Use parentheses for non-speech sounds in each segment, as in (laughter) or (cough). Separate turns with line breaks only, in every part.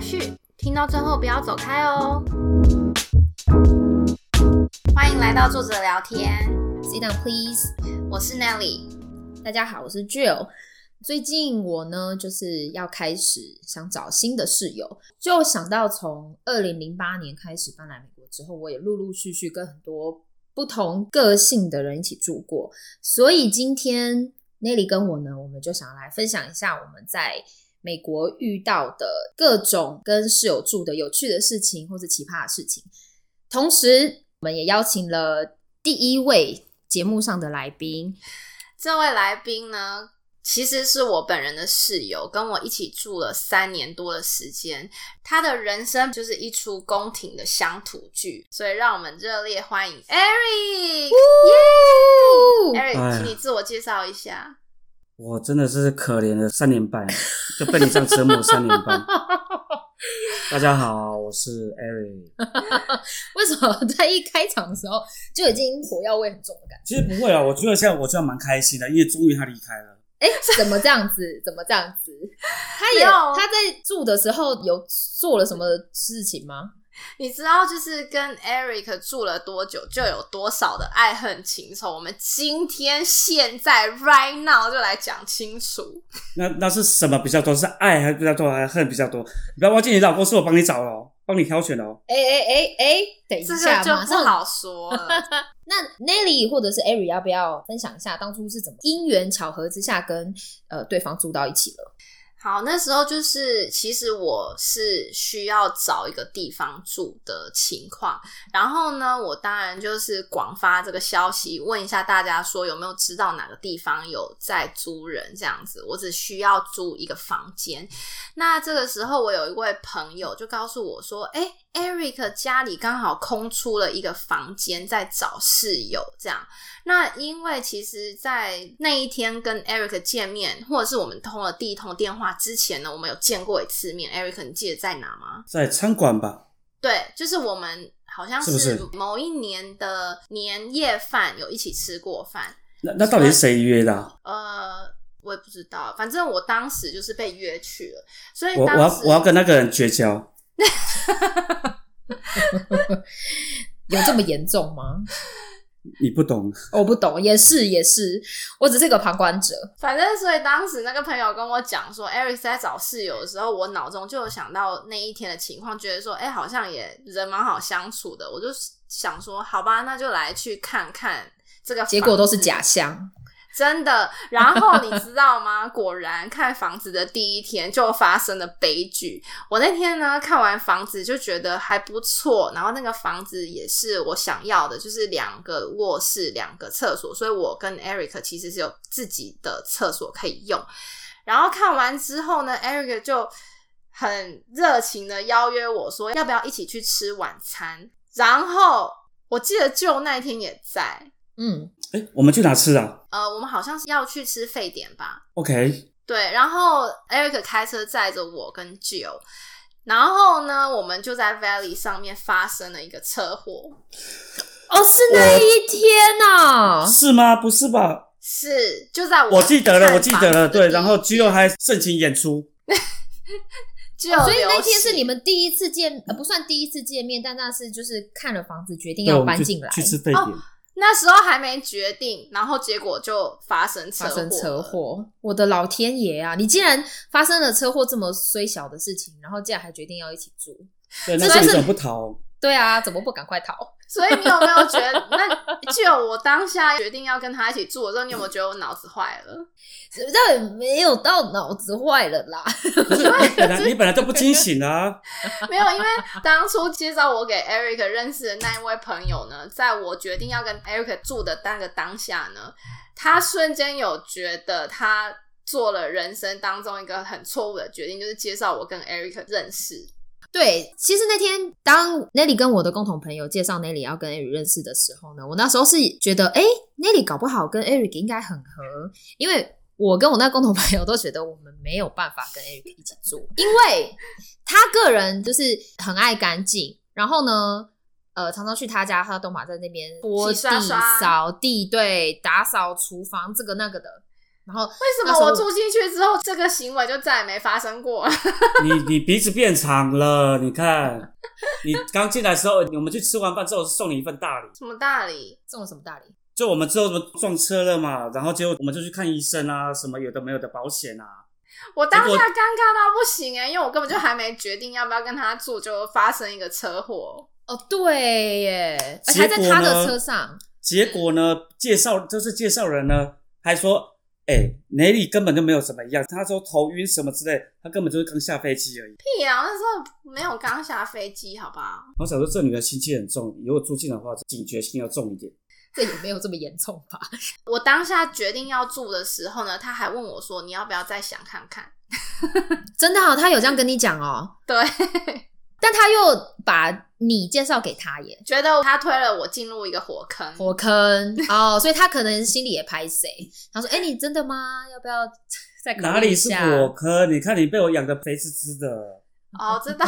续，听到最后不要走开哦。欢迎来到作者聊天，
Sit down, please。
我是 Nelly。
大家好，我是 Jill。最近我呢，就是要开始想找新的室友，就想到从二零零八年开始搬来美国之后，我也陆陆续续跟很多不同个性的人一起住过，所以今天 Nelly 跟我呢，我们就想来分享一下我们在美国遇到的各种跟室友住的有趣的事情或者奇葩的事情。同时，我们也邀请了第一位节目上的来宾，
这位来宾呢，其实是我本人的室友，跟我一起住了三年多的时间。他的人生就是一出宫廷的乡土剧，所以让我们热烈欢迎 Eric。Eric， (laughs)
哎
请你自我介绍一下。
我真的是可怜了三年半，就被你这样折磨三年半。大家好，我是 Eric。
(laughs) 为什么在一开场的时候就已经火药味很重的感觉？
其实不会啊，我觉得现在我这样蛮开心的，因为终于他离开了。
哎、怎么这样子？怎么这样子？他
没
也
有啊
他在住的时候有做了什么事情吗？
你知道，就是跟 Eric 住了多久，就有多少的爱恨情仇。我们今天现在 right now 就来讲清楚。
那那是什么比较多？是爱还比较多，还是恨比较多？你不要忘记，你老公是我帮你找的哦，帮你挑选的哦。
哎哎哎哎，等一
这
下，
个就
马
不
上。
好说了。
那 Nelly 或者是 Ari 要不要分享一下当初是怎么因缘巧合之下跟呃对方住到一起了？
好，那时候就是，其实我是需要找一个地方住的情况，然后呢，我当然就是广发这个消息，问一下大家说有没有知道哪个地方有在租人这样子。我只需要租一个房间。那这个时候，我有一位朋友就告诉我说：“哎、e r i c 家里刚好空出了一个房间，在找室友这样。”那因为其实，在那一天跟 Eric 见面，或者是我们通了第一通电话之前呢，我们有见过一次面。Eric，你记得在哪吗？
在餐馆吧，
对，就是我们好像
是不
是
是
某一年的年夜饭有一起吃过饭，
那那到底是谁约的啊、
呃，我也不知道，反正我当时就是被约去了，所以
我我
当
要
时
我要跟那个人绝交。
有这么严重吗？
你不懂，
我不懂，也是也是，我只是个旁观者。
反正，所以当时那个朋友跟我讲说，Eric 在找室友的时候，我脑中就有想到那一天的情况，觉得说，哎、好像也人蛮好相处的。我就想说，好吧，那就来去看看这个房子。
结果都是假象，
真的。然后你知道吗？ (laughs) 果然看房子的第一天就发生了悲剧。我那天呢看完房子就觉得还不错，然后那个房子也是我想要的，就是两个卧室、两个厕所，所以我跟 Eric 其实是有自己的厕所可以用。然后看完之后呢，Eric 就很热情的邀约我说，要不要一起去吃晚餐？然后我记得就那一天也在，
嗯，
哎，我们去哪吃啊
呃，我们好像是要去吃沸点吧，
？OK，
对，然后 Eric 开车载着我跟 Jill，然后呢，我们就在 Valley 上面发生了一个车祸。
哦，是那一天哦呐、
是吗？不是吧？
是，就在我
我记得了，我记得了。对，然后 G
肌肉
六还盛情演出，
Jill，
哦所以那
流
天是
血
你们第一次见，呃，不算第一次见面，但那是就是看了房子决定
对，
要
我们
搬
去
进来，哦
去吃沸点。
那时候还没决定，然后结果就发生车
发
祸，
生车。祸。我的老天爷啊！你竟然发生了车祸这么虽小的事情，然后竟然还决定要一起住，
对，
这
那时候
算
你怎
是
么不逃？
对啊，怎么不赶快逃？
所以你有没有觉得？ (laughs) 那 Jill，我当下决定要跟他一起住的时候，你有没有觉得我脑子坏了？
(laughs) 这没有到脑子坏了啦。
不是你本
(laughs)
来你本来就不清醒啊，
(laughs) 没有，因为当初介绍我给 Eric 认识的那一位朋友呢，在我决定要跟 Eric 住的那个当下呢，他瞬间有觉得他做了人生当中一个很错误的决定，就是介绍我跟 Eric 认识。
对，其实那天当 Nelly 跟我的共同朋友介绍 Nelly 要跟 Eric 认识的时候呢，我那时候是觉得，哎，Nelly 搞不好跟 Eric 应该很合，因为我跟我那共同朋友都觉得我们没有办法跟 Eric 一起住，因为他个人就是很爱干净，然后呢。呃，常常去他家，他都马在那边拖
洗
地、
刷刷
扫地，对，打扫厨房，这个那个的。然后
为什
那
么
时候
我住进去之后，这个行为就再也没发生过？ (laughs)
你你鼻子变长了，你看，你刚进来的时候，我们去吃完饭之后送你一份大礼，
什么大理？
送我什么大礼？
就我们之后怎么撞车了嘛，然后结果我们就去看医生啊，什么有的没有的保险啊，
我当下尴
结果
尬到不行哎、因为我根本就还没决定要不要跟他住，就发生一个车祸。
哦，对耶，而且
结
还
果
在哎
呢
他的车上，
结果呢，介绍就是介绍人呢还说，哎、哪里根本就没有怎么样，他说头晕什么之类，他根本就是刚下飞机而已。
屁啊！我那时候没有刚下飞机，好不好？
我想说这女的心机很重，如果住进来的话，警觉性要重一点。
这也没有这么严重吧？
我当下决定要住的时候呢，他还问我说：“你要不要再想看看
真的哦，他有这样跟你讲哦，？”
对， (laughs)
但他又把你介绍给他耶，
觉得他推了我进入一个火坑。
火坑哦，所以他可能心里也拍谁，他说：“哎、你真的吗？要不要 (laughs) 再考虑
哪里
一
是
下
火坑？你看你被我养的肥滋滋的。
哦，知道，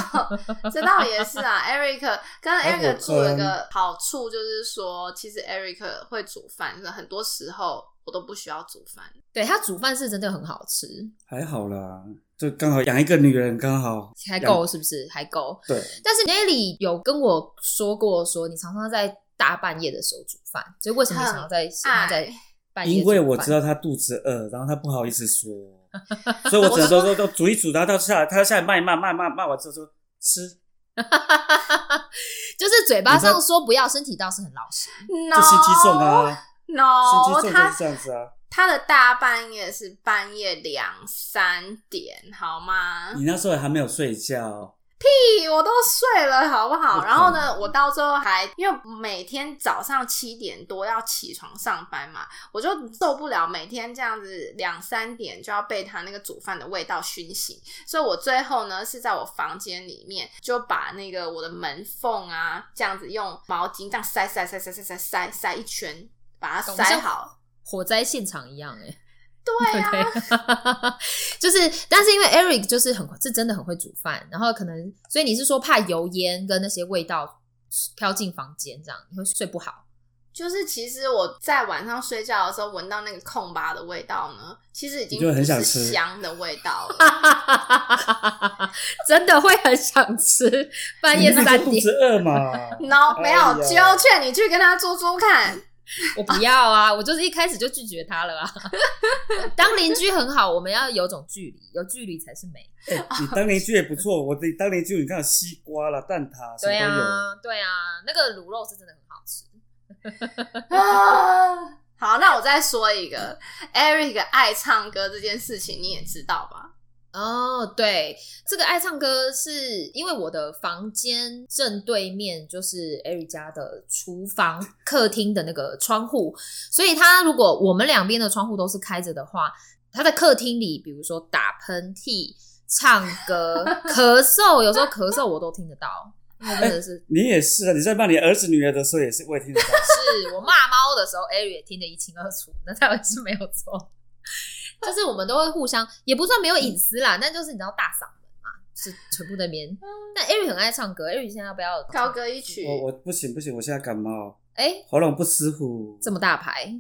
知道也是啊。Eric 跟
还火
Eric 住有一
坑
个好处就是说，其实 Eric 会煮饭，就是很多时候我都不需要煮饭。
对他煮饭是真的很好吃，
还好啦，就刚好养一个女人，刚好
还够是不是？还够。
对，
但是 Nelly 有跟我说过说你常常在大半夜的时候煮饭，所以为什么你常常在喜
哎
欢在半夜
因
煮饭？
为我知道她肚子饿，然后她不好意思
(laughs)
说，所以我只能说说都煮一煮，然后到下来，她下来骂一骂骂一骂骂完之后说吃，
就是嘴巴上说不要，身体倒是很老实。
这
No，
心机重啊，
哦
心
，No，
机重就
他
是这样子啊。
他的大半夜是半夜两三点，好吗？
你那时候还没有睡觉，
屁，我都睡了，好不
不
好？
可
然后呢，
能
我到最后还因为每天早上七点多要起床上班嘛，我就受不了每天这样子两三点就要被他那个煮饭的味道熏醒，所以我最后呢是在我房间里面就把那个我的门缝啊这样子用毛巾这样塞塞塞塞塞塞塞塞一圈，把它
懂
塞
(laughs)
好。
火灾现场一样哎、
(laughs) 对
(laughs)
啊，
就是，但是因为 Eric 就是很是真的很会煮饭，然后可能所以你是说怕油烟跟那些味道飘进房间，这样你会睡不好。 (laughs)
就是其实我在晚上睡觉的时候闻到那个空巴的味道呢，其实已经
你就很想
不
吃
是香的味道了。
真的会很想吃，半夜
你那时
三
候肚
点
子饿嘛，
no，没有，
哎
就
呀
劝你去跟他租租
(laughs)
看。
我不要啊！我就是一开始就拒绝他了啊。 (laughs) 当邻居很好，我们要有种距离，有距离才是美。
哎你当邻居也不错，我的当邻居你看有西瓜啦、蛋挞什
对
么
啊，对啊，那个卤肉是真的很好吃。
啊好，那我再说一个，Eric 爱唱歌这件事情你也知道吧？
哦，对，这个爱唱歌是因为我的房间正对面就是 Eric 家的厨房、客厅的那个窗户，所以他如果我们两边的窗户都是开着的话，他在客厅里，比如说打喷嚏、唱歌、咳嗽，有时候咳嗽我都听得到，因为真的是。
有。你也是啊，你在骂你儿子女儿的时候也是，我也听得
(laughs)
到。
是我骂猫的时候，Eric 也听得一清二楚，那当然是没有错。就是 (laughs) 我们都会互相，也不算没有隐私啦，但就是你知道大嗓门嘛，是全部那边。但 Eric 很爱唱歌，Eric 现在要不要
高？歌一曲，
我我不行不行，我现在感冒，
哎、
喉咙不舒服。
这么大牌，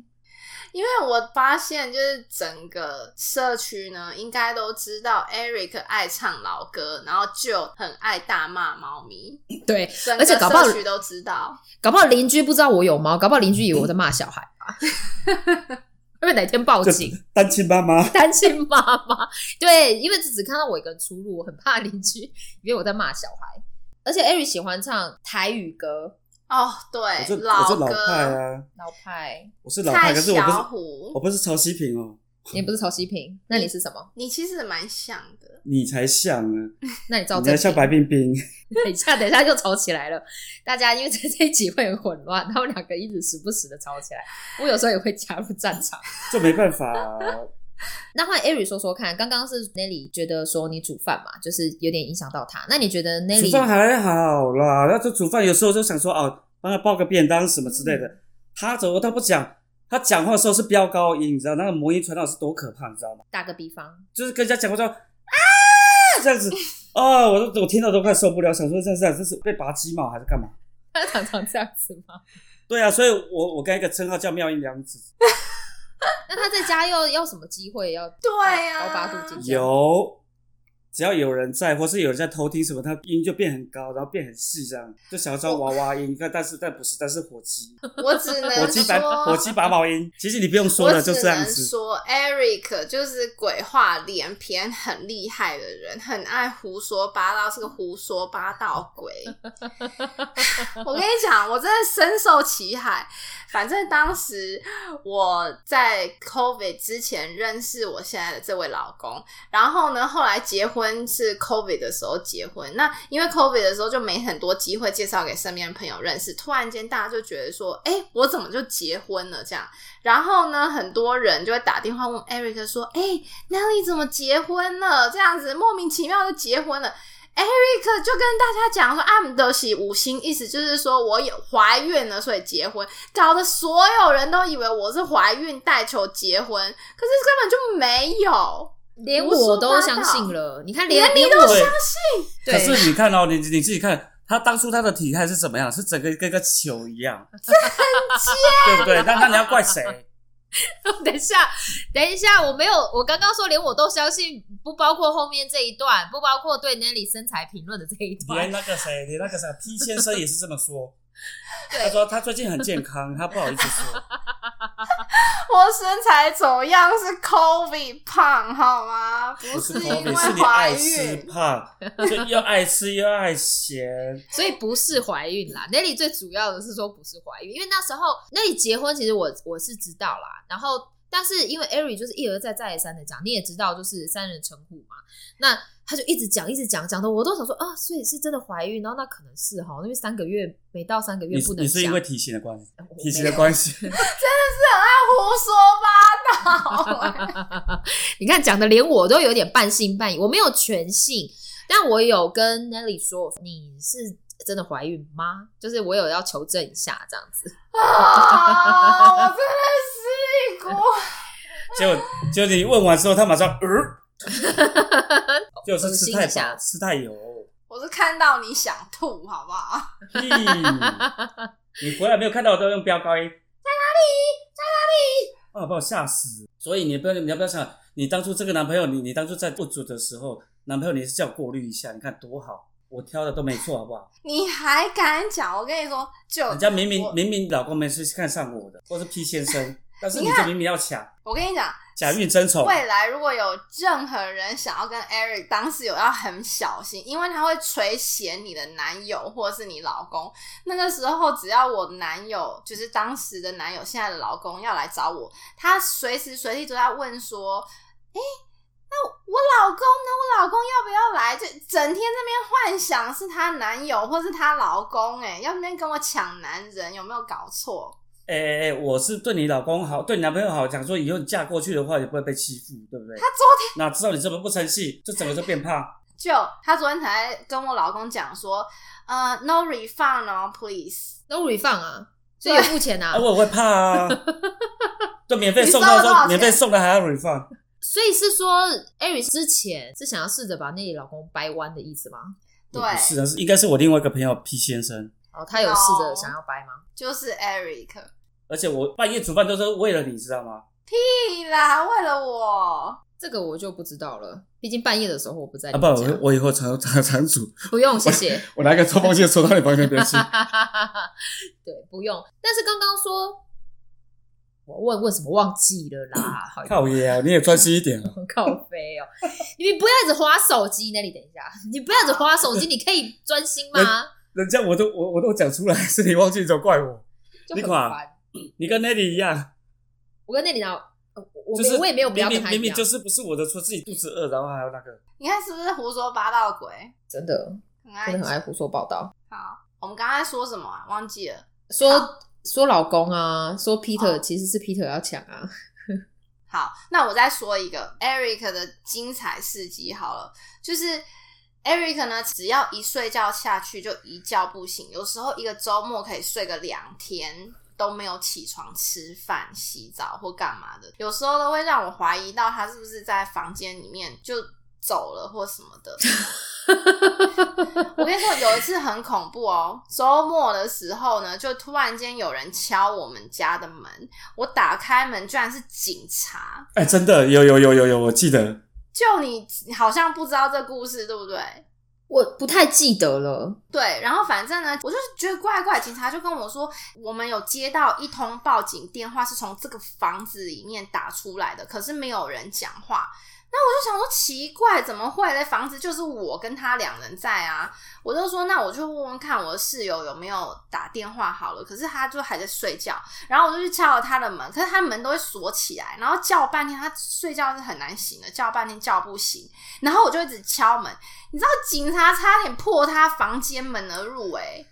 因为我发现就是整个社区呢，应该都知道 Eric 爱唱老歌，然后就很爱大骂猫咪，
对，
整
而且
个
搞不好
社区都知道。
搞不好邻居不知道我有猫，搞不好邻居以为我在骂小孩吧。会不会哪天报
就 (laughs)
警？
单亲妈妈，
担心妈妈，对，因为只只看到我一个人出入，我很怕邻居以为我在骂小孩。而且 Eric 喜欢唱台语歌，
哦，
我是
对，
我是老
歌，
派啊，
老派，
我是老
蔡
派，可是我不
小
是我
虎，
不是曹希平哦，
你不是曹希平，那你是什么？
你其实蛮像的。
你才像啊，
那你照
你
正
还像白
平。
冰 (laughs) 冰，
等一下，等一下就吵起来了。大家因为这这一集会很混乱，他们两个一直时不时的吵起来。我有时候也会加入战场。
这没办法、啊。
那换 Ari 说说看，刚刚是 Nelly 觉得说你煮饭嘛，就是有点影响到他。那你觉得
煮饭
Nelly
还好啦，那这煮饭有时候就想说哦，帮他包个便当什么之类的。他怎么他不讲？他讲话的时候是飙高音，你知道那个魔音传导是多可怕，你知道吗？
打个比方，
就是跟人家讲话说啊这样子，哦，我都我听到都快受不了，想说这样这样这是被拔鸡毛还是干嘛？
他常常这样子吗？ (laughs)
对啊，所以我我跟一个称号叫妙音娘子，
那他在家要要什么机会？要
对啊呀、
高八度进
有，只要有人在，或是有人在偷听什么，它音就变很高，然后变很细，这样就想要装娃娃音，但但是但不是，但是火鸡，
我只能
火
说
鸡拔火鸡拔毛音，其实你不用说
我
了，
只
就
能
这样子。
说，Eric 就是鬼话连篇、很厉害的人，很爱胡说八道，是个胡说八道鬼。 (laughs) 我跟你讲，我真的深受其害。反正当时我在 COVID 之前认识我现在的这位老公，然后呢，后来结婚是 COVID 的时候结婚。那因为 COVID 的时候就没很多机会介绍给身边的朋友认识，突然间大家就觉得说，哎、我怎么就结婚了这样？然后呢，很多人就会打电话问 Eric 说：“哎、那你怎么结婚了？这样子莫名其妙就结婚了。” Eric 就跟大家讲说：“I'm 的喜五星，意思就是说我有怀孕了，所以结婚，搞得所有人都以为我是怀孕带球结婚，可是根本就没有。
连
胡说
我都
八
相
道
信了，你看
连
连
你
连
都
我
相
信，
对，
可是你看哦，你你自己看，他当初他的体态是怎么样？是整个跟个球一样，这很对不对？那那你要怪谁？ (laughs)
(laughs) 等一下，等一下，我没有，我刚刚说连我都相信，不包括后面这一段，不包括对 Nelly 身材评论的这一段。
连那个谁，连那个谁，P 先生也是这么说。他说他最近很健康，他不好意思说。
我身材怎么样是 COVID 胖好吗？不
不
是
是
因为
口美，是你
怀
爱吃
孕。”
胖， (laughs) 就又爱吃又
(laughs)
爱咸。
所以不是怀孕啦，Nelly 最主要的是说不是怀孕，因为那时候 Nelly 结婚，其实我我是知道啦，然后但是因为 Ari 就是一而再再而三的讲，你也知道就是三人成虎嘛，那他就一直讲一直讲，讲的我都想说啊，所以是真的怀孕，然后那可能是哈，因为三个月没到三个
你
月不能
你是因
讲
为体型的关系，
我
体型
没
的
有
关系，
胡说八道、
(laughs) 你看讲的连我都有点半信半疑，我没有全信，但我有跟 Nelly 说你是真的怀孕吗？就是我有要求证一下这样子。
啊！我真
(laughs)
的是一股
结果结果你问完之后，他马上呃，
(laughs)
就是吃
恶心
太
一下
饱，吃太油。
(laughs)
我是看到你想吐，好不好？
屁！你回来没有看到我都用飙高音，在哪里？在哪里？啊，把我吓死！所以你不要你要不要想，你当初这个男朋友，你你当初在不足的时候，男朋友你是叫我过滤一下，你看多好，我挑的都没错，好不好？
你还敢讲？我跟你说，就
人家明明
我
明明老公们是看上我的，或是 P
(laughs)
先生，但是
你
你
看
就明明要抢，
我跟你讲，
假孕争宠，哎
未来如果有任何人想要跟 Eric 当室友，要很小心，因为他会垂涎你的男友或是你老公。那个时候，只要我男友，就是当时的男友，现在的老公要来找我，他随时随地都在问说：“诶，那我老公呢？我老公要不要来？”就整天那边幻想是她男友或是她老公、诶，要那边跟我抢男人，有没有搞错？
哎哎、哎我是对你老公好，对你男朋友好，讲说以后你嫁过去的话，也不会被欺负，对不对？
他昨天。
哪知道你这么不成器，就整个就变胖。
(laughs) 就他昨天才跟我老公讲说，呃，no refund 哦，please。
No refund 啊，所以有付钱啊
(laughs) 啊，，我也会怕
(laughs)
啊，就免费送
你收了
到
多少钱
说免费送的还要 refund，
所以是说 Ari 之前是想要试着把那老公掰弯的意思吗？
对
也不是啊的，是应该是我另外一个朋友 P 先生，
哦，他有试着想要掰吗？
就是 Eric，
而且我半夜煮饭都是为了你知道吗？
屁啦，为了我，
这个我就不知道了，毕竟半夜的时候我不在
啊
你
不，
家。
我我以后常常常煮，
不用，谢谢。
我拿个抽风机抽到你房间边去。
对，不用。但是刚刚说，我问问什么忘记了啦？好
(laughs) 靠爷啊，你也专心一点啊！
靠背哦，你不要一直划手机。那里等一下，你不要一直划手机，你可以专心吗？
人家我都我我都讲出来， (laughs) 是你忘记，你总怪我。
就
你
很
啊垮
烦。
你跟 Nelly 一样，
我跟那里聊，呃我
就
没
是
我也没有不
明
要跟
明
他一
明明
样
就，是不是我的错，自己肚子饿，然后还有那个
你看是不是胡说八道鬼？
真的
很爱
真的很爱
讲。
胡说八道，
好，我们刚才说什么啊？忘记了。
说说老公啊，说 Peter 其实是 Peter 要抢啊，
好，那我再说一个 Eric 的精彩事迹好了，就是 Eric 呢，只要一睡觉下去就一觉不醒，有时候一个周末可以睡个两天都没有起床吃饭、洗澡或干嘛的，有时候都会让我怀疑到他是不是在房间里面就。走了或什么的。我跟你说，有一次很恐怖哦，周末的时候呢，就突然间有人敲我们家的门，我打开门，居然是警察。
哎、真的有有有有有，我记得
就你你好像不知道这故事，对不对？
我不太记得了。
对，然后反正呢，我就是觉得怪怪，警察就跟我说，我们有接到一通报警电话，是从这个房子里面打出来的，可是没有人讲话。那我就想说奇怪，怎么会嘞？房子就是我跟他两人在啊，我就说那我就问问看我的室友有没有打电话好了。可是他就还在睡觉，然后我就去敲了他的门，可是他门都会锁起来，然后叫半天，他睡觉是很难醒的，叫半天叫不醒，然后我就一直敲门，你知道警察差点破他房间门而入、欸，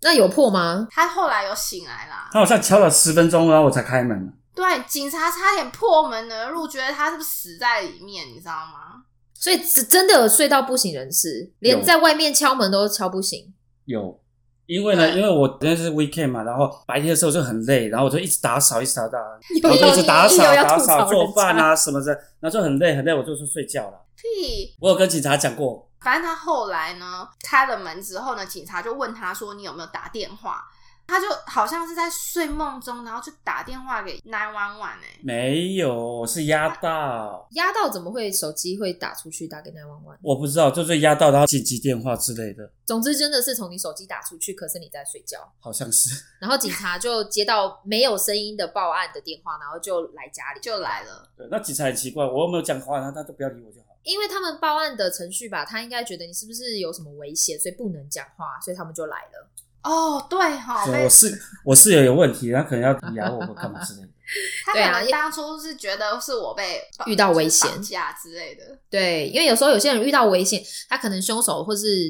那有破吗？
他后来有醒来啦。
他好像敲了十分钟，然后我才开门。
对，警察差点破门而入，觉得他是不是死在里面，你知道吗？
所以真真的有睡到不省人事，连
有
在外面敲门都敲不醒。
有，因为呢，
对
因为我那是 weekend 嘛，然后白天的时候就很累，然后我就一直打扫，一直打扫，
有
然后就一
有
直打扫
有有要
打
吐槽
扫
人
做饭
家
啊什么的，然后就很累很累，我就去睡觉了。
屁！
我有跟警察讲过，
反正他后来呢，开了门之后呢，警察就问他说：“你有没有打电话？”他就好像是在睡梦中，然后就打电话给 nine one one 哎，
没有，我是压到，
压到怎么会手机会打出去打给9 1 1？
我不知道，就是压到，然后紧急电话之类的，
总之真的是从你手机打出去，可是你在睡觉，
好像是。
然后警察就接到没有声音的报案的电话，然后就来家里，
就来了。
对，那警察很奇怪，我又没有讲话，然后他就不要理我就好。
因为他们报案的程序吧，他应该觉得你是不是有什么危险，所以不能讲话，所以他们就来了。
哦，对哈、
对
被
我室我室友有问题，他可能要压我或干嘛之类的。
他可
对啊
能当初是觉得是我被
遇到危险
就是绑架之类的，
对，因为有时候有些人遇到危险，他可能凶手或是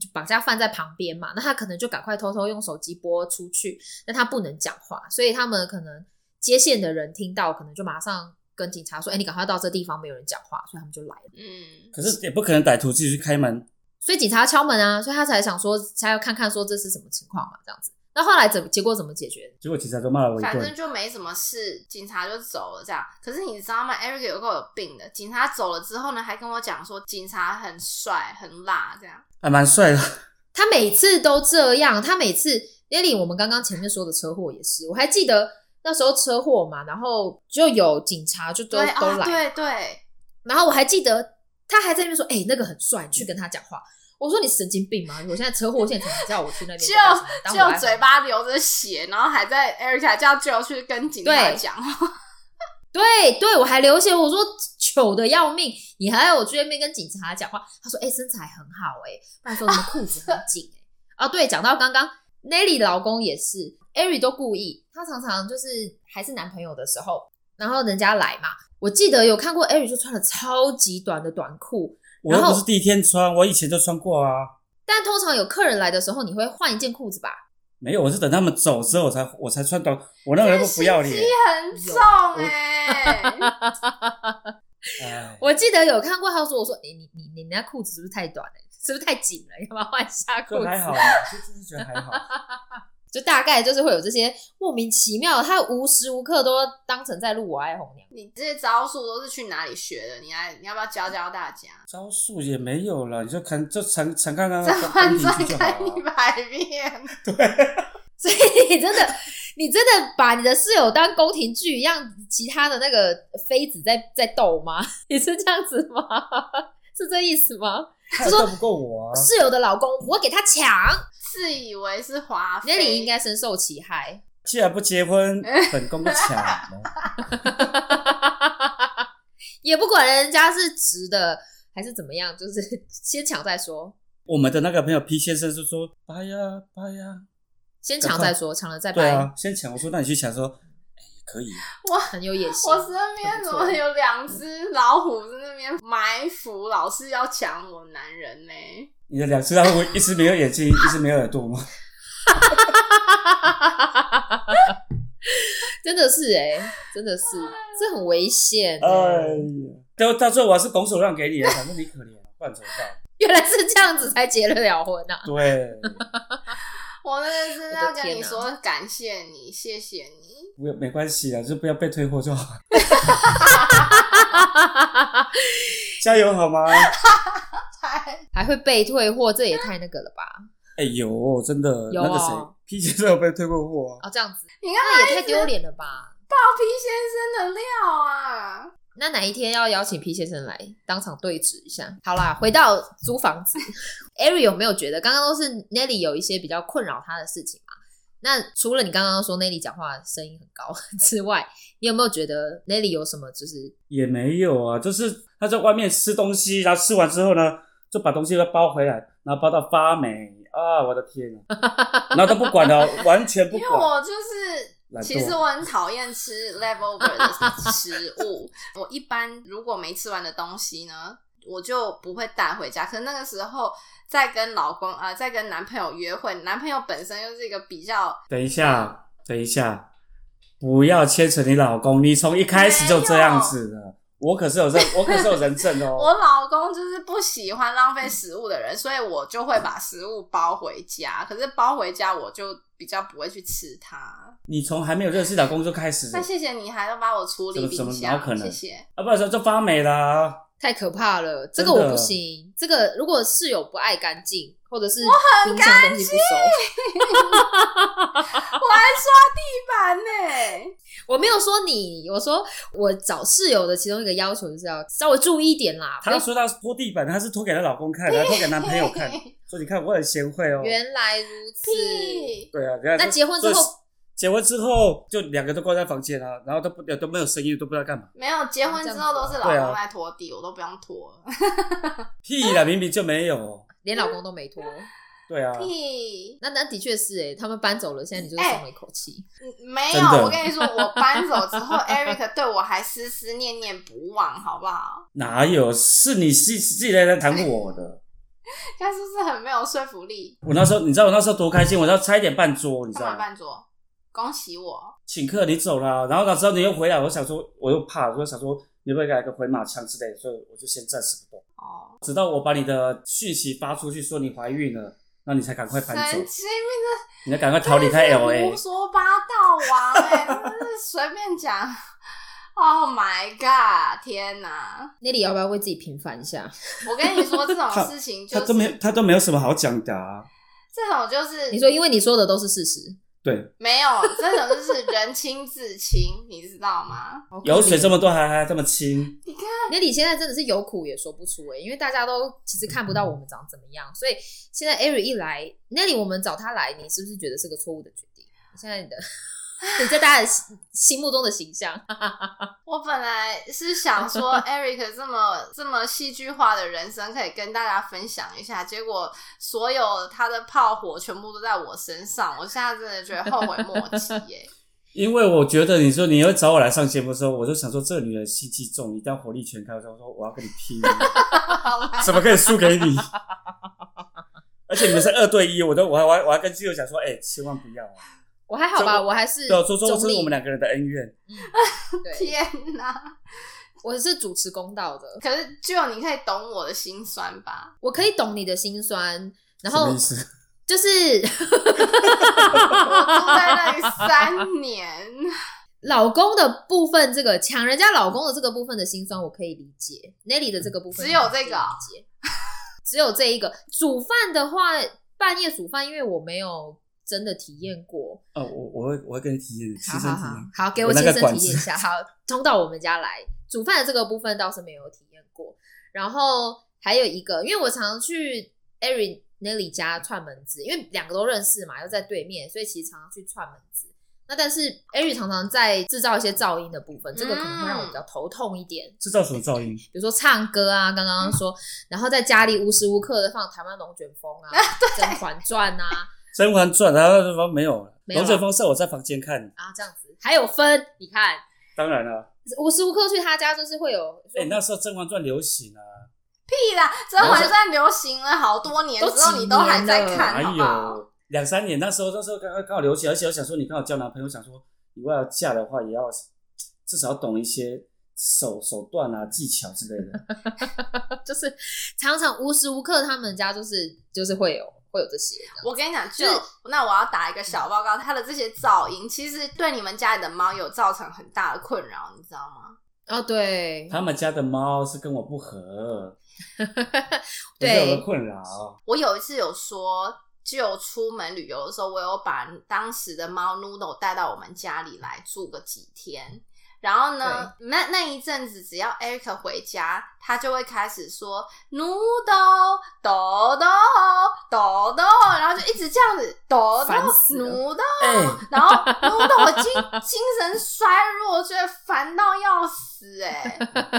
就绑架犯在旁边嘛，那他可能就赶快偷偷用手机拨出去，但他不能讲话，所以他们可能接线的人听到，可能就马上跟警察说：“哎，你赶快到这地方，没有人讲话。”所以他们就来了，
嗯，
可是也不可能歹徒自己去开门，
所以警察敲门啊，所以他才想说，才要看看说这是什么情况嘛，这样子。那后来怎么结果怎么解决？
结果警察就骂了我一
反正
顿。
就没什么事，警察就走了这样。可是你知道吗？Eric 有够有病的，警察走了之后呢，还跟我讲说警察很帅很辣这样。
还蛮帅的，
他每次都这样，他每次 Lily，我们刚刚前面说的车祸也是，我还记得那时候车祸嘛，然后就有警察就都
对
都
哦，
来，
对对，
然后我还记得他还在那边说：“哎、那个很帅，你去跟他讲话。”我说：“你神经病吗？我现在车祸现场，你叫我去那边
就
干什么当我还
就嘴巴流着血，然后还在 Eric 还叫 Joe 去跟警察
对
讲话。
对对，我还流血，我说糗的要命，你还要我去那边跟警察讲话？他说：“哎、身材很好、哎，不然说什么裤子很紧、哎，啊，对，讲到刚刚 Nelly 老公也是 e r i 都故意，他常常就是还是男朋友的时候，然后人家来嘛，我记得有看过 e r i 就穿了超级短的短裤，
我又不是第一天穿，我以前就穿过啊。
但通常有客人来的时候，你会换一件裤子吧？
没有，我是等他们走之后我才我才穿短，我那个人不不要脸
心。机很重哎、
(laughs)
哎，
我记得有看过，他说：“我说，诶你你你你那裤子是不是太短了？是不是太紧了？要不要换下裤
就
子？”
还好啊，就就是觉得还好。
就大概就是会有这些莫名其妙，他无时无刻都当成在录《我爱红娘》。
(laughs) 你这些招数都是去哪里学的？你来，你要不要教教
(laughs)
大家？
招数也没有了，你就看就常常看看
嗯
这换
看
算
就好
看你
了。
百遍，
所以你真的， (laughs) 你真的把你的室友当宫廷剧一样，其他的那个妃子在在斗吗？ (laughs) 你是这样子吗？ (laughs) 是这意思吗？
他也斗不过我啊，
室友的老公，我给他抢，
自以为是华妃。
那你应该深受其害。
既然不结
(laughs)
婚，本宫就抢了。
(laughs) 也不管人家是直的还是怎么样，就是 (laughs) 先抢再说，
我们的那个朋友 P 先生就说：“掰呀掰呀，
先抢再
(laughs)
说，抢了再
对
掰，
啊，先抢。”我说：“那你去抢。”说：“哎，也可以。
很有野心
我。身边怎么有两只老虎在那边埋伏，老是要抢我男人呢、”
你的两只老虎，一只没有眼睛，一只没有耳朵吗？
真的是哎、真的是，这很危险、欸。
哎呀，到到最后我还是拱手让给你了，反正你可怜，不然怎么办？
原来是这样子才结得了婚啊！ (laughs)
对，
我那个是要
我的
跟你
天啊
说感谢你，谢谢
(laughs)
你。
没有没关系啊，就不要被退货就好。 (laughs) 加油好吗？
还会被退货，这也太那个了吧？
哎、有真的，
有
那个谁
哦
，P 先生有被退过货啊？
哦，这样子，
你看
那也太丢脸了吧？
爆皮先生的料啊！
那哪一天要邀请皮先生来当场对质一下？好啦，回到租房
(laughs)
子，Ari 有没有觉得刚刚都是 Nelly 有一些比较困扰他的事情嘛？那除了你刚刚说 Nelly 讲话声音很高之外，你有没有觉得 Nelly 有什么就是
也没有啊，就是他在外面吃东西，然后吃完之后呢，就把东西都包回来，然后包到发霉啊！我的天啊，
(laughs)
然后都不管了，完全不
因为
管。
我就是。
懒惰
其实我很讨厌吃 leftover 的食物，我一般如果没吃完的东西呢，我就不会带回家。可是那个时候在跟老公啊、呃在跟男朋友约会，男朋友本身又是一个比较
等一下，等一下，不要牵扯你老公，你从一开始就这样子的。我可是有人，我可是有人
(laughs)
证
我
哦。
老公就是不喜欢浪费食物的人，所以我就会把食物包回家。可是包回家，我就比较不会去吃它。
你从还没有认识老公就开始，
那谢谢你还要帮我处理
怎么
冰
怎么
箱
哪有可，能
谢谢。
啊，不然就发霉啦、
太可怕了？这个
真的
我不行，这个如果室友不爱干净，或者是嗯冰箱东西不收，
我还刷地板呢、
我没有说你，我说我找室友的其中一个要求就是要稍微注意一点啦。
哎
她说她拖地板，她是拖给她老公看，还拖给男朋友
(laughs)
看。所以你看，我很贤惠哦。
原来如此，
屁！
对啊，你看
那
这
结婚之后
所以结婚之后就两个都关在房间啊，然后都不都没有声音，都不知道干嘛。
没有结婚之后都是老
对啊
公在拖地，我都不用拖了。
屁啦，明明就没有。
连老公都没脱。
对啊，
(laughs) 屁！
那那的确是哎、他们搬走了，现在你就是松了一口气。
嗯没
真
有，
的
我跟你说，我搬走之 (laughs) 后，Eric 对我还思思念念不忘，好不好？
哪有？是你自自己来来谈我的。
他是不是很没有说服力？
我那时候，你知道我那时候多开心，我要差一点半桌，你知
干嘛
道吗？
办桌？恭喜我！
请客你走了，然后那时候你又回来，我想说，我又怕，我就想说你会不会来个回马枪之类的，所以我就先暂时不动，
哦，
直到我把你的讯息发出去，说你怀孕了，那你才赶快搬走
神，经病
你要赶快逃离开
这
L
胡
A。
说八道王哎、真是随便讲。Oh my god！天哪，
那里要不要为自己平反一下？
我跟你说，这种事情就
他
是
都没有，他都没有什么好讲的啊。
这种就是
你说，因为你说的都是事实，
对，
没有，这种就是人亲自亲，你知道吗？
油水这
哦
么多，还还这么轻。
那里现在真的是有苦也说不出哎、因为大家都其实看不到我们长怎么样，所以现在 Ari 一来，那里我们找他来，你是不是觉得是个错误的决定？现在你的 (laughs) 你在大家的心心目中的形象，
我本来是想说 (laughs) Eric 这么这么戏剧化的人生可以跟大家分享一下，结果所有他的炮火全部都在我身上，我现在真的觉得后悔莫及哎耶、
(laughs)
因为我觉得你说你要找我来上节目的时候，我就想说这个女人心机重，一定要火力全开。我想说我要跟你
(laughs)
拼，怎么可以输给你？而且你们是二对一，我都我还我还我还跟基友讲说，哎、千万不要、啊。
我还好吧，
这
我还是
对啊，说
中
说这是
立嗯
我们两个人的恩怨。
对，
(laughs) 天啊哪！
我是主持公道的，
可是就你可以懂我的心酸吧？
我可以懂你的心酸，然
什
后
么意思？
就是。
我住在那里三年，
老公的部分，这个抢人家老公的这个部分的心酸，我可以理解。Nelly 的这个部分
嗯只有这
我
个
可以理解，只有这一个。煮饭的话，半夜煮饭，因为我没有真的体验过。
哦，我我会我会跟你体验
好
亲身
好
体
好
验。，
好，给
我
亲
那
身体
个管
验
子
一下。好，冲到我们家来煮饭的这个部分倒是没有体验过。然后还有一个，因为我常常去 Erin Nelly 家串门子，因为两个都认识嘛，又在对面，所以其实常常去串门子。那但是 Erin 常常在制造一些噪音的部分，这个可能会让我比较头痛一点。
制造什么噪音？
比如说唱歌啊，刚刚说，然后在家里无时无刻的放台湾龙卷风啊、甄嬛传啊
《甄嬛传》然后什么没有？
没有啊
龙卷风是我在房间看，
啊这样子，还有分，你看
当然了、
无时无刻去他家就是会有，
哎、那时候《甄嬛传》流行啊，
屁啦！《甄嬛传》流行了好多年之后，你都还在看，好
还
不好？
有两三年，那时候那时候刚刚刚好流行，而且我想说，你刚好交男朋友，想说你如果要嫁的话，也要至少懂一些手手段啊、技巧之类
(laughs)
的。
(laughs) 就是常常无时无刻他们家就是就是会有会有这些这样
我跟你讲，就
就是
那我要打一个小报告，它的这些噪音其实对你们家里的猫有造成很大的困扰，你知道吗？
哦，对， (laughs)
他们家的猫是跟我不合，这是我的
对， (laughs)
困扰。
我有一次有说，就出门旅游的时候，我有把当时的猫 Noodle 带到我们家里来住个几天。然后呢，那那一阵子，只要 Eric 回家，他就会开始说 Noodle 豆豆豆豆，然后就一直这样子豆豆
烦死了
Noodle，
哎、
然后 Noodle 我精
(laughs)
精神衰弱，我觉得烦到要死哎、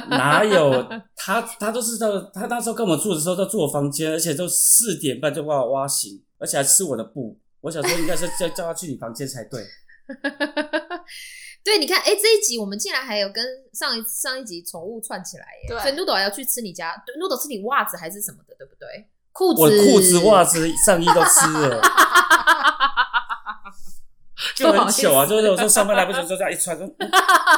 哪有他？他都是到他那时候跟我住的时候，都住我房间，而且都四点半就把我挖醒，而且还吃我的布。我想说，应该是叫叫他去你房间才对。
对，你看，哎，这一集我们竟然还有跟上一上一集宠物串起来耶，
对
所以 Noodle 还要去吃你家对，Noodle 吃你袜子还是什么的，对不对？裤子、
我裤子、袜子、上衣都吃
(laughs)
了，就很糗啊！就是我说上班来不及，就这样一穿，说嗯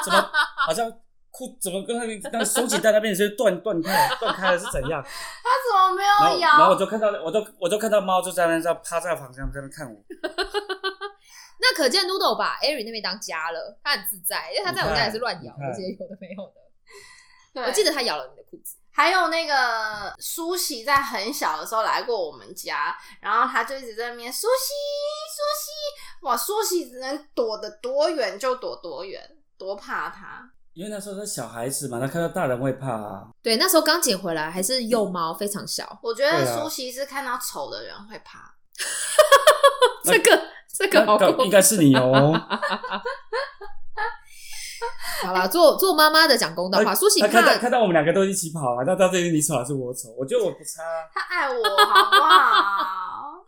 怎么好像裤怎么跟那个那个松紧带那边就断断开断开了是怎样？
他怎么没
然
有
哎
后然后我
咬？
就看到我都我都看到猫就在那上趴在房上在那看我，
那可见 Noodle 把 Ari 那边当家了，他很自在，因为他在我家也是乱咬
你看
这些有的没有的。
对
我记得他咬了你的裤子，
还有那个苏西在很小的时候来过我们家，然后他就一直在那边苏西苏西，哇，苏西能躲得多远就躲多远，多怕他。
因为那时候是小孩子嘛，他看到大人会怕啊。
对，那时候刚捡回来，还是幼猫，非常小。
我觉
对
得
啊
苏西是看到丑的人会怕，
这个这个好
那
过
应该是
(laughs)
你哦。
好啦，做做妈妈的讲公道话，苏醒
他哎看到
怕
看到我们两个都一起跑啊，那到底是你丑还是我丑？我觉得我不差啊。
他爱我好不好？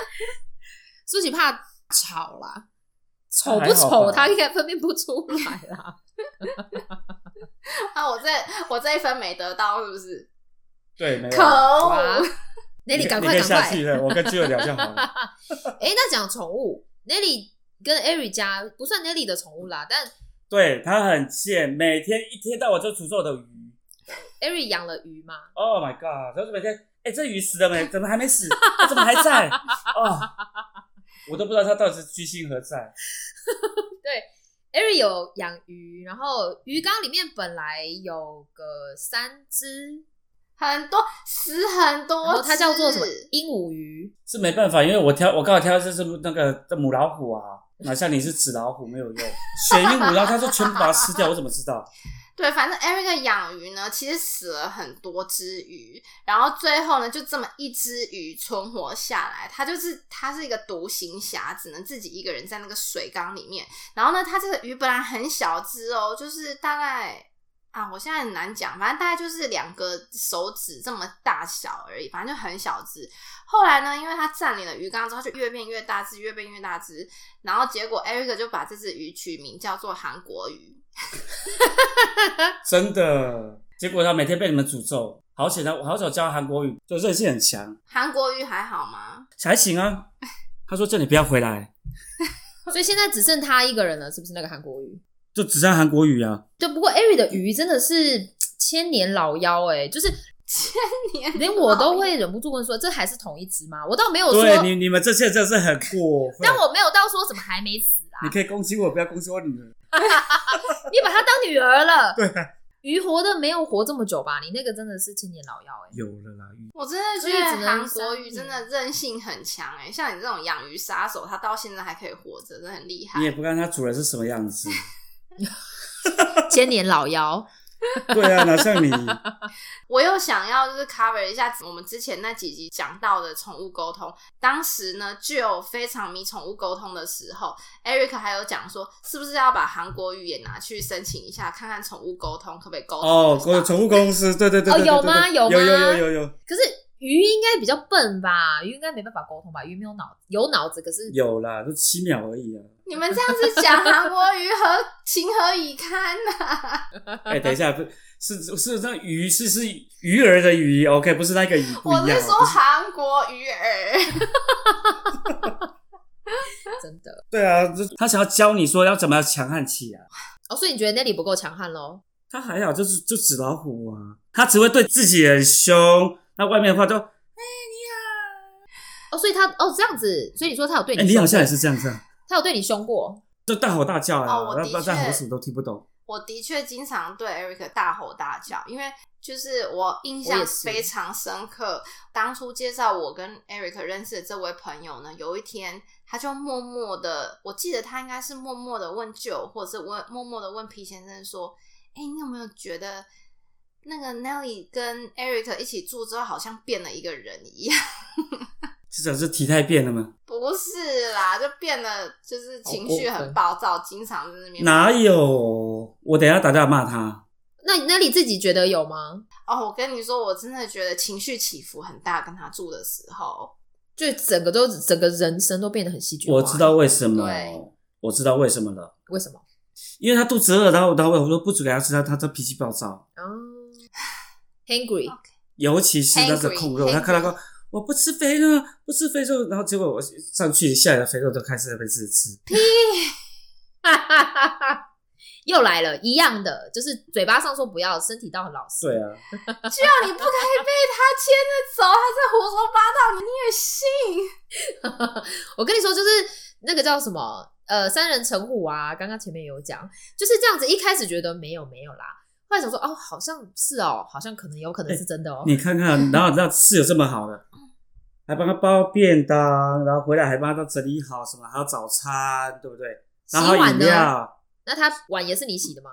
(laughs)
苏醒怕吵啦，丑不
还好
丑
吧
他应该分辨不出来啦。
啊，我这我这一分没得到，是不是？
对，啊没有。
可
哇
恶！
Nelly，
你
赶
你
快
可以
赶
下
快 (laughs)
去！了，我跟基友聊就好了。
哎，那讲宠物，Nelly 跟 Ari 家不算 Nelly 的宠物啦，但
对他很贱，每天一天到晚就诅咒我的鱼。
Ari 养了鱼嘛，
Oh my god！他就每天，哎、这鱼死了没？怎么还没死？它怎么还在？哦，我都不知道他到底是居心何在。
Ari 有养鱼，然后鱼缸里面本来有个三只，
很多死很
然后
多，
它叫做什么鹦鹉鱼，
是没办法，因为我挑我刚好挑的就是那个母老虎啊，哪像你是纸老虎没有用，雪鹦鹉，然后他说全部把它吃掉，我怎么知道？
对，反正 Eric 养鱼呢，其实死了很多只鱼，然后最后呢，就这么一只鱼存活下来。它就是它是一个独行侠，只能自己一个人在那个水缸里面。然后呢，它这个鱼本来很小只哦，就是大概啊，我现在很难讲，反正大概就是两个手指这么大小而已，反正就很小只。后来呢，因为它占领了鱼缸之后，就越变越大只，越变越大只，然后结果 Eric 就把这只鱼取名叫做韩国鱼。
真的，结果他每天被你们诅咒。好险啊！我好少教韩国语，就韧性很强，
韩国瑜还好吗？ (laughs)
还行啊。他说叫你不要回来，
所以现在只剩它一个人了，是不是那个韩国鱼？
就只剩韩国语啊。
对，不过 Ari 的鱼真的是千年老妖哎、就是连我都会忍不住问说，这还是同一只吗？我倒没有说，
对你你们这些真的是很过分。
但我没有到说怎么还没死啊
你，可以攻击我，不要攻击我女儿。
你把它当女儿了。对、
啊
鱼活的没有活这么久吧？你那个真的是千年老妖哎、
有了啦，
我真的
所
觉
以只能
得韩国瑜
三
真的韧性很强哎、像你这种养鱼杀手，他到现在还可以活着，真的很厉害
你。也不看它主人是什么样子。 (laughs)
千年老妖。
对啊，哪
(laughs)
像你？
我又想要就是 cover 一下我们之前那几集讲到的宠物沟通。当时呢，就有非常迷宠物沟通的时候，Eric 还有讲说，是不是要把韩国瑜也拿去申请一下，看看宠物沟通可不可以沟通
哦，
得到
公宠物公司，对对对
哦
对对对
有吗
对
有
有
吗
有有有有
可是鱼应该比较笨吧？鱼应该没办法沟通吧？鱼没有脑，有脑子，可是
有啦，就七秒而已啊。
你们这样子讲韩国瑜何情何以堪呢、
哎，等一下，不是是是那鱼是是鱼儿的鱼，OK，不是那个鱼 (laughs) 不
我
一样。
是说
不是
韩国鱼儿。
真的
对啊，这他想要教你说要怎么强悍起啊。
哦，所以你觉得 Nelly 不够强悍喽？
他还好，就是就纸老虎啊，他只会对自己很凶，那外面的话就，哎、
哦，所以他哦这样子，所以你说他有对你凶
哎你
过，
好像也是这样子、啊，
他有对你凶过，
就大吼大叫啊，
哦我的
那那在
确
吼什么都听不懂。
我的确经常对 Eric 大吼大叫，因为就是我印
我
象
也是
非常深刻。当初介绍我跟 Eric 认识的这位朋友呢，有一天他就默默的，我记得他应该是默默的问舅，或者是问默默的问皮先生说：“哎、你有没有觉得那个 Nelly 跟 Eric 一起住之后，好像变了一个人一样？” (laughs)
这种是体态变了吗？
不是啦，就变得就是情绪
好过
很
分
暴躁，经常在那边
哪有？我等一下打电话骂他。
那那你自己觉得有吗？
哦，我跟你说，我真的觉得情绪起伏很大，跟他住的时候，
就整个都整个人生都变得很戏剧化。欸
我知道为什么
啊对，
我知道为什么了，
为什么
因为他肚子饿，然后然后我说不煮给他吃，他他他脾气暴躁，
啊、h u n g r y
尤其是那个
Angry，
控肉，
angry
他看到说我不吃肥肉，不吃肥肉，然后结果我上去下来的肥肉都开始在被自己吃，
哈哈哈哈，又来了，一样的，就是嘴巴上说不要，身体倒很老实。
对，啊，
居然你不可以被他牵着走，他在胡说八道，你也信？
(laughs) 我跟你说，就是那个叫什么，呃，三人成虎啊，刚刚前面有讲，就是这样子。一开始觉得没有没有啦，后来想说，哦，好像是哦，好像可能有可能是真的哦。
你看看，
(laughs)
然后那室友这么好的，还帮他包便当，然后回来还帮他整理好什么，还有早餐，对不对？
洗
然后还有
碗
饮
呢？
料。
那他碗也是你洗的吗？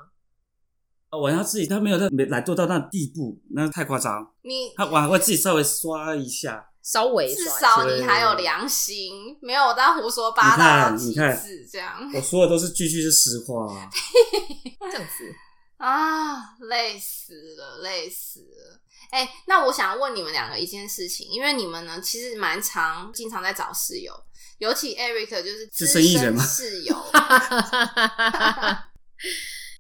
呃碗他自己，他没有到没懒惰到那地步，那太夸张。
你
他碗会自己稍微刷一下，
稍微刷
至
一下
少你还有良心，没有当胡说八
你
道
看
到极
你看
致这样
我说的都是句句是实话、啊。
这样子。
啊，累死了，累死了。哎、那我想问你们两个一件事情，因为你们呢其实蛮常经常在找室友，尤其 Eric 就是资
是
深
生意人吗
室友，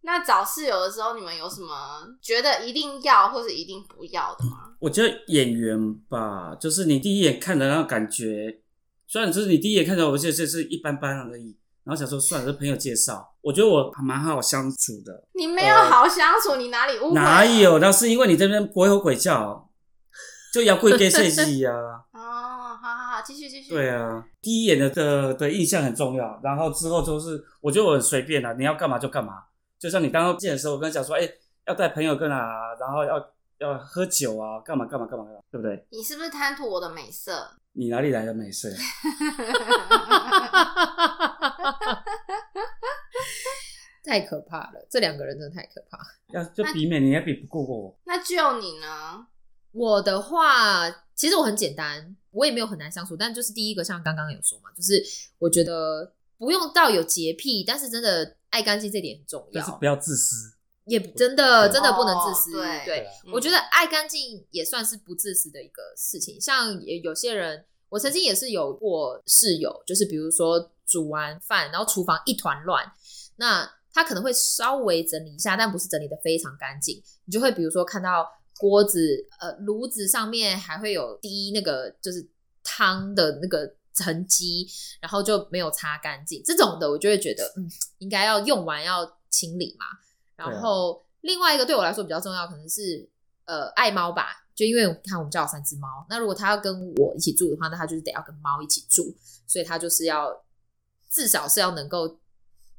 那找室友的时候，你们有什么觉得一定要或是一定不要的吗？
我觉得演员吧，就是你第一眼看的那种感觉，虽然就是你第一眼看到，我觉得就是一般般而已。然后想说，算了，是朋友介绍，我觉得我还蛮好相处的。
你没有好相处，你哪里误会？
呃哪？有？那是因为你这边鬼吼鬼叫，就要跪给设计啊。
哦，好好好，继续继续。
对啊，第一眼的的的印象很重要，然后之后就是，我觉得我很随便啊，你要干嘛就干嘛。就像你刚刚见的时候，我跟你讲说，哎、要带朋友跟啊，然后要要喝酒啊，干嘛干嘛干嘛，干嘛，对不对？
你是不是贪图我的美色？
你哪里来的美色？
太可怕了，这两个人真的太可怕。
要就比美，你也比不过我。
那就你呢？
我的话，其实我很简单，我也没有很难相处，但就是第一个，像刚刚有说嘛，就是我觉得不用到有洁癖，但是真的爱干净这点很重
但是
要
不，要自私。
也真的
对
真的不能
哦
自私。
对嗯
我觉得爱干净也算是不自私的一个事情。像也有些人，我曾经也是有过室友，就是比如说煮完饭，然后厨房一团乱，那他可能会稍微整理一下，但不是整理的非常干净，你就会比如说看到锅子、呃炉子上面还会有滴那个就是汤的那个。痕迹，然后就没有擦干净，这种的我就会觉得，嗯，应该要用完要清理嘛。然
对啊
后另外一个对我来说比较重要，可能是呃爱猫吧，就因为我看我们家有三只猫，那如果它要跟我一起住的话，那它就是得要跟猫一起住，所以它就是要至少是要能够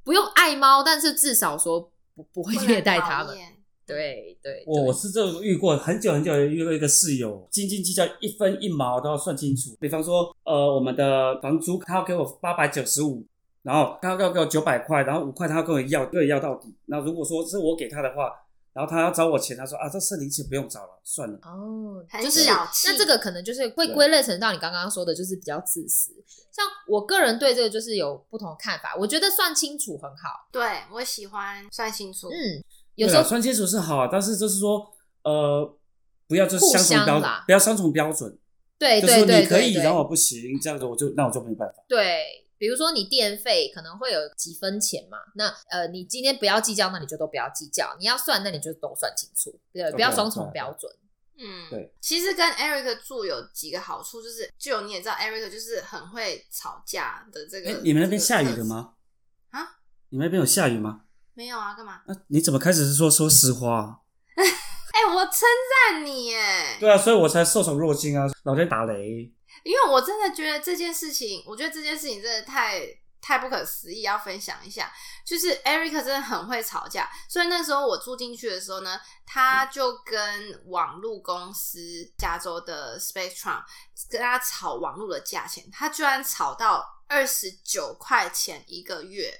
不用爱猫，但是至少说不不会
不能
虐待
讨
它们。
厌
对对，
我我
对
是这种遇过很久很久遇过一个室友，斤斤计较，一分一毛都要算清楚。比方说，呃，我们的房租他要给我八百九十五，然后他要给我九百块，然后五块他要跟我要，对，要到底。那如果说是我给他的话，然后他要找我钱，他说啊，这是零钱不用找了，算了。
哦，
很
就是
小气
那这个可能就是会
对
归类成到你刚刚说的，就是比较自私。像我个人对这个就是有不同的看法，我觉得算清楚很好。
对我喜欢算清楚。
嗯，有
对
时
啊
候
算清楚是好，但是就是说，呃，不要就是
互
相
相
同标准
啦，
不要双重标准，
对
就
对
是说
对
你可
对
以，
对，
然后我不行，这样子我就那我就没办法。
对，比如说你电费可能会有几分钱嘛，那呃，你今天不要计较，那你就都不要计较；你要算，那你就都算清楚，对，不要
对
双
对
重
对
标准。
嗯，
对。
其实跟 Eric 住有几个好处，就是就你也知道，Eric 就是很会吵架的
嗯
这
哎
个。，
你们那边
这个
下雨
特
了
质？
吗？
啊？
你们那边有下雨吗？
没有啊，干嘛？
啊，你怎么开始是说说实话啊？
哎、我称赞你耶！
对啊，所以我才受宠若惊啊，老天打雷。
因为我真的觉得这件事情，我觉得这件事情真的太太不可思议，要分享一下。就是 Eric 真的很会吵架，所以那时候我住进去的时候呢，他就跟网络公司加州的 Spectrum 跟他吵网络的价钱，他居然吵到二十九块钱一个月。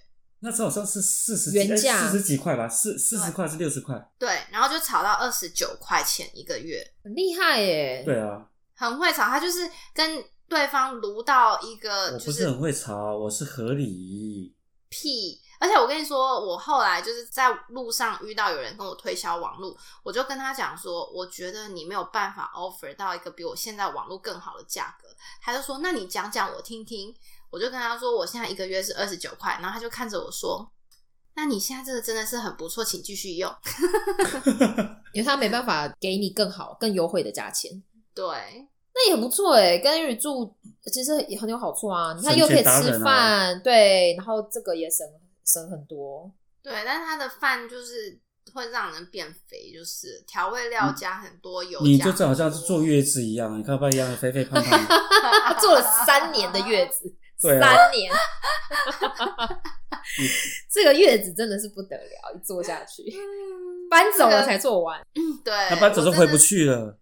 那时候好像是四十
原
几哎
价
四十几块吧，四四十块还是六十块？
对，然后就炒到二十九块钱一个月，
很厉害耶。
对啊，
很会炒。他就是跟对方撸到一
哦
个
我
就是
不是很会吵，我是合理。
屁。而且我跟你说，我后来就是在路上遇到有人跟我推销网络，我就跟他讲说，我觉得你没有办法 offer 到一个比我现在网络更好的价格。他就说，那你讲讲我听听。我就跟他说，我现在一个月是二十九块，然后他就看着我说，那你现在这个真的是很不错，请继续用。 (laughs)
因为他没办法给你更好、更优惠的价钱，
对，
那也不错哎、跟 Henry 住其实也很有好处啊。你看
省
又可以
钱达
吃
人啊
饭，对，然后这个也省省很多。
对，但是它的饭就是会让人变肥，就是调味料加很多油、
嗯你
加
就
很
这好像
多
是
(laughs)
坐月子一样，你看不一样肥肥胖胖
(laughs)
的。
他坐了三年的
(laughs)
月子，
对啊嗯
三年，这个月子真的是不得了，一坐下去搬走了才做完。
对，
那搬走
我
就
真
回不
的
去了。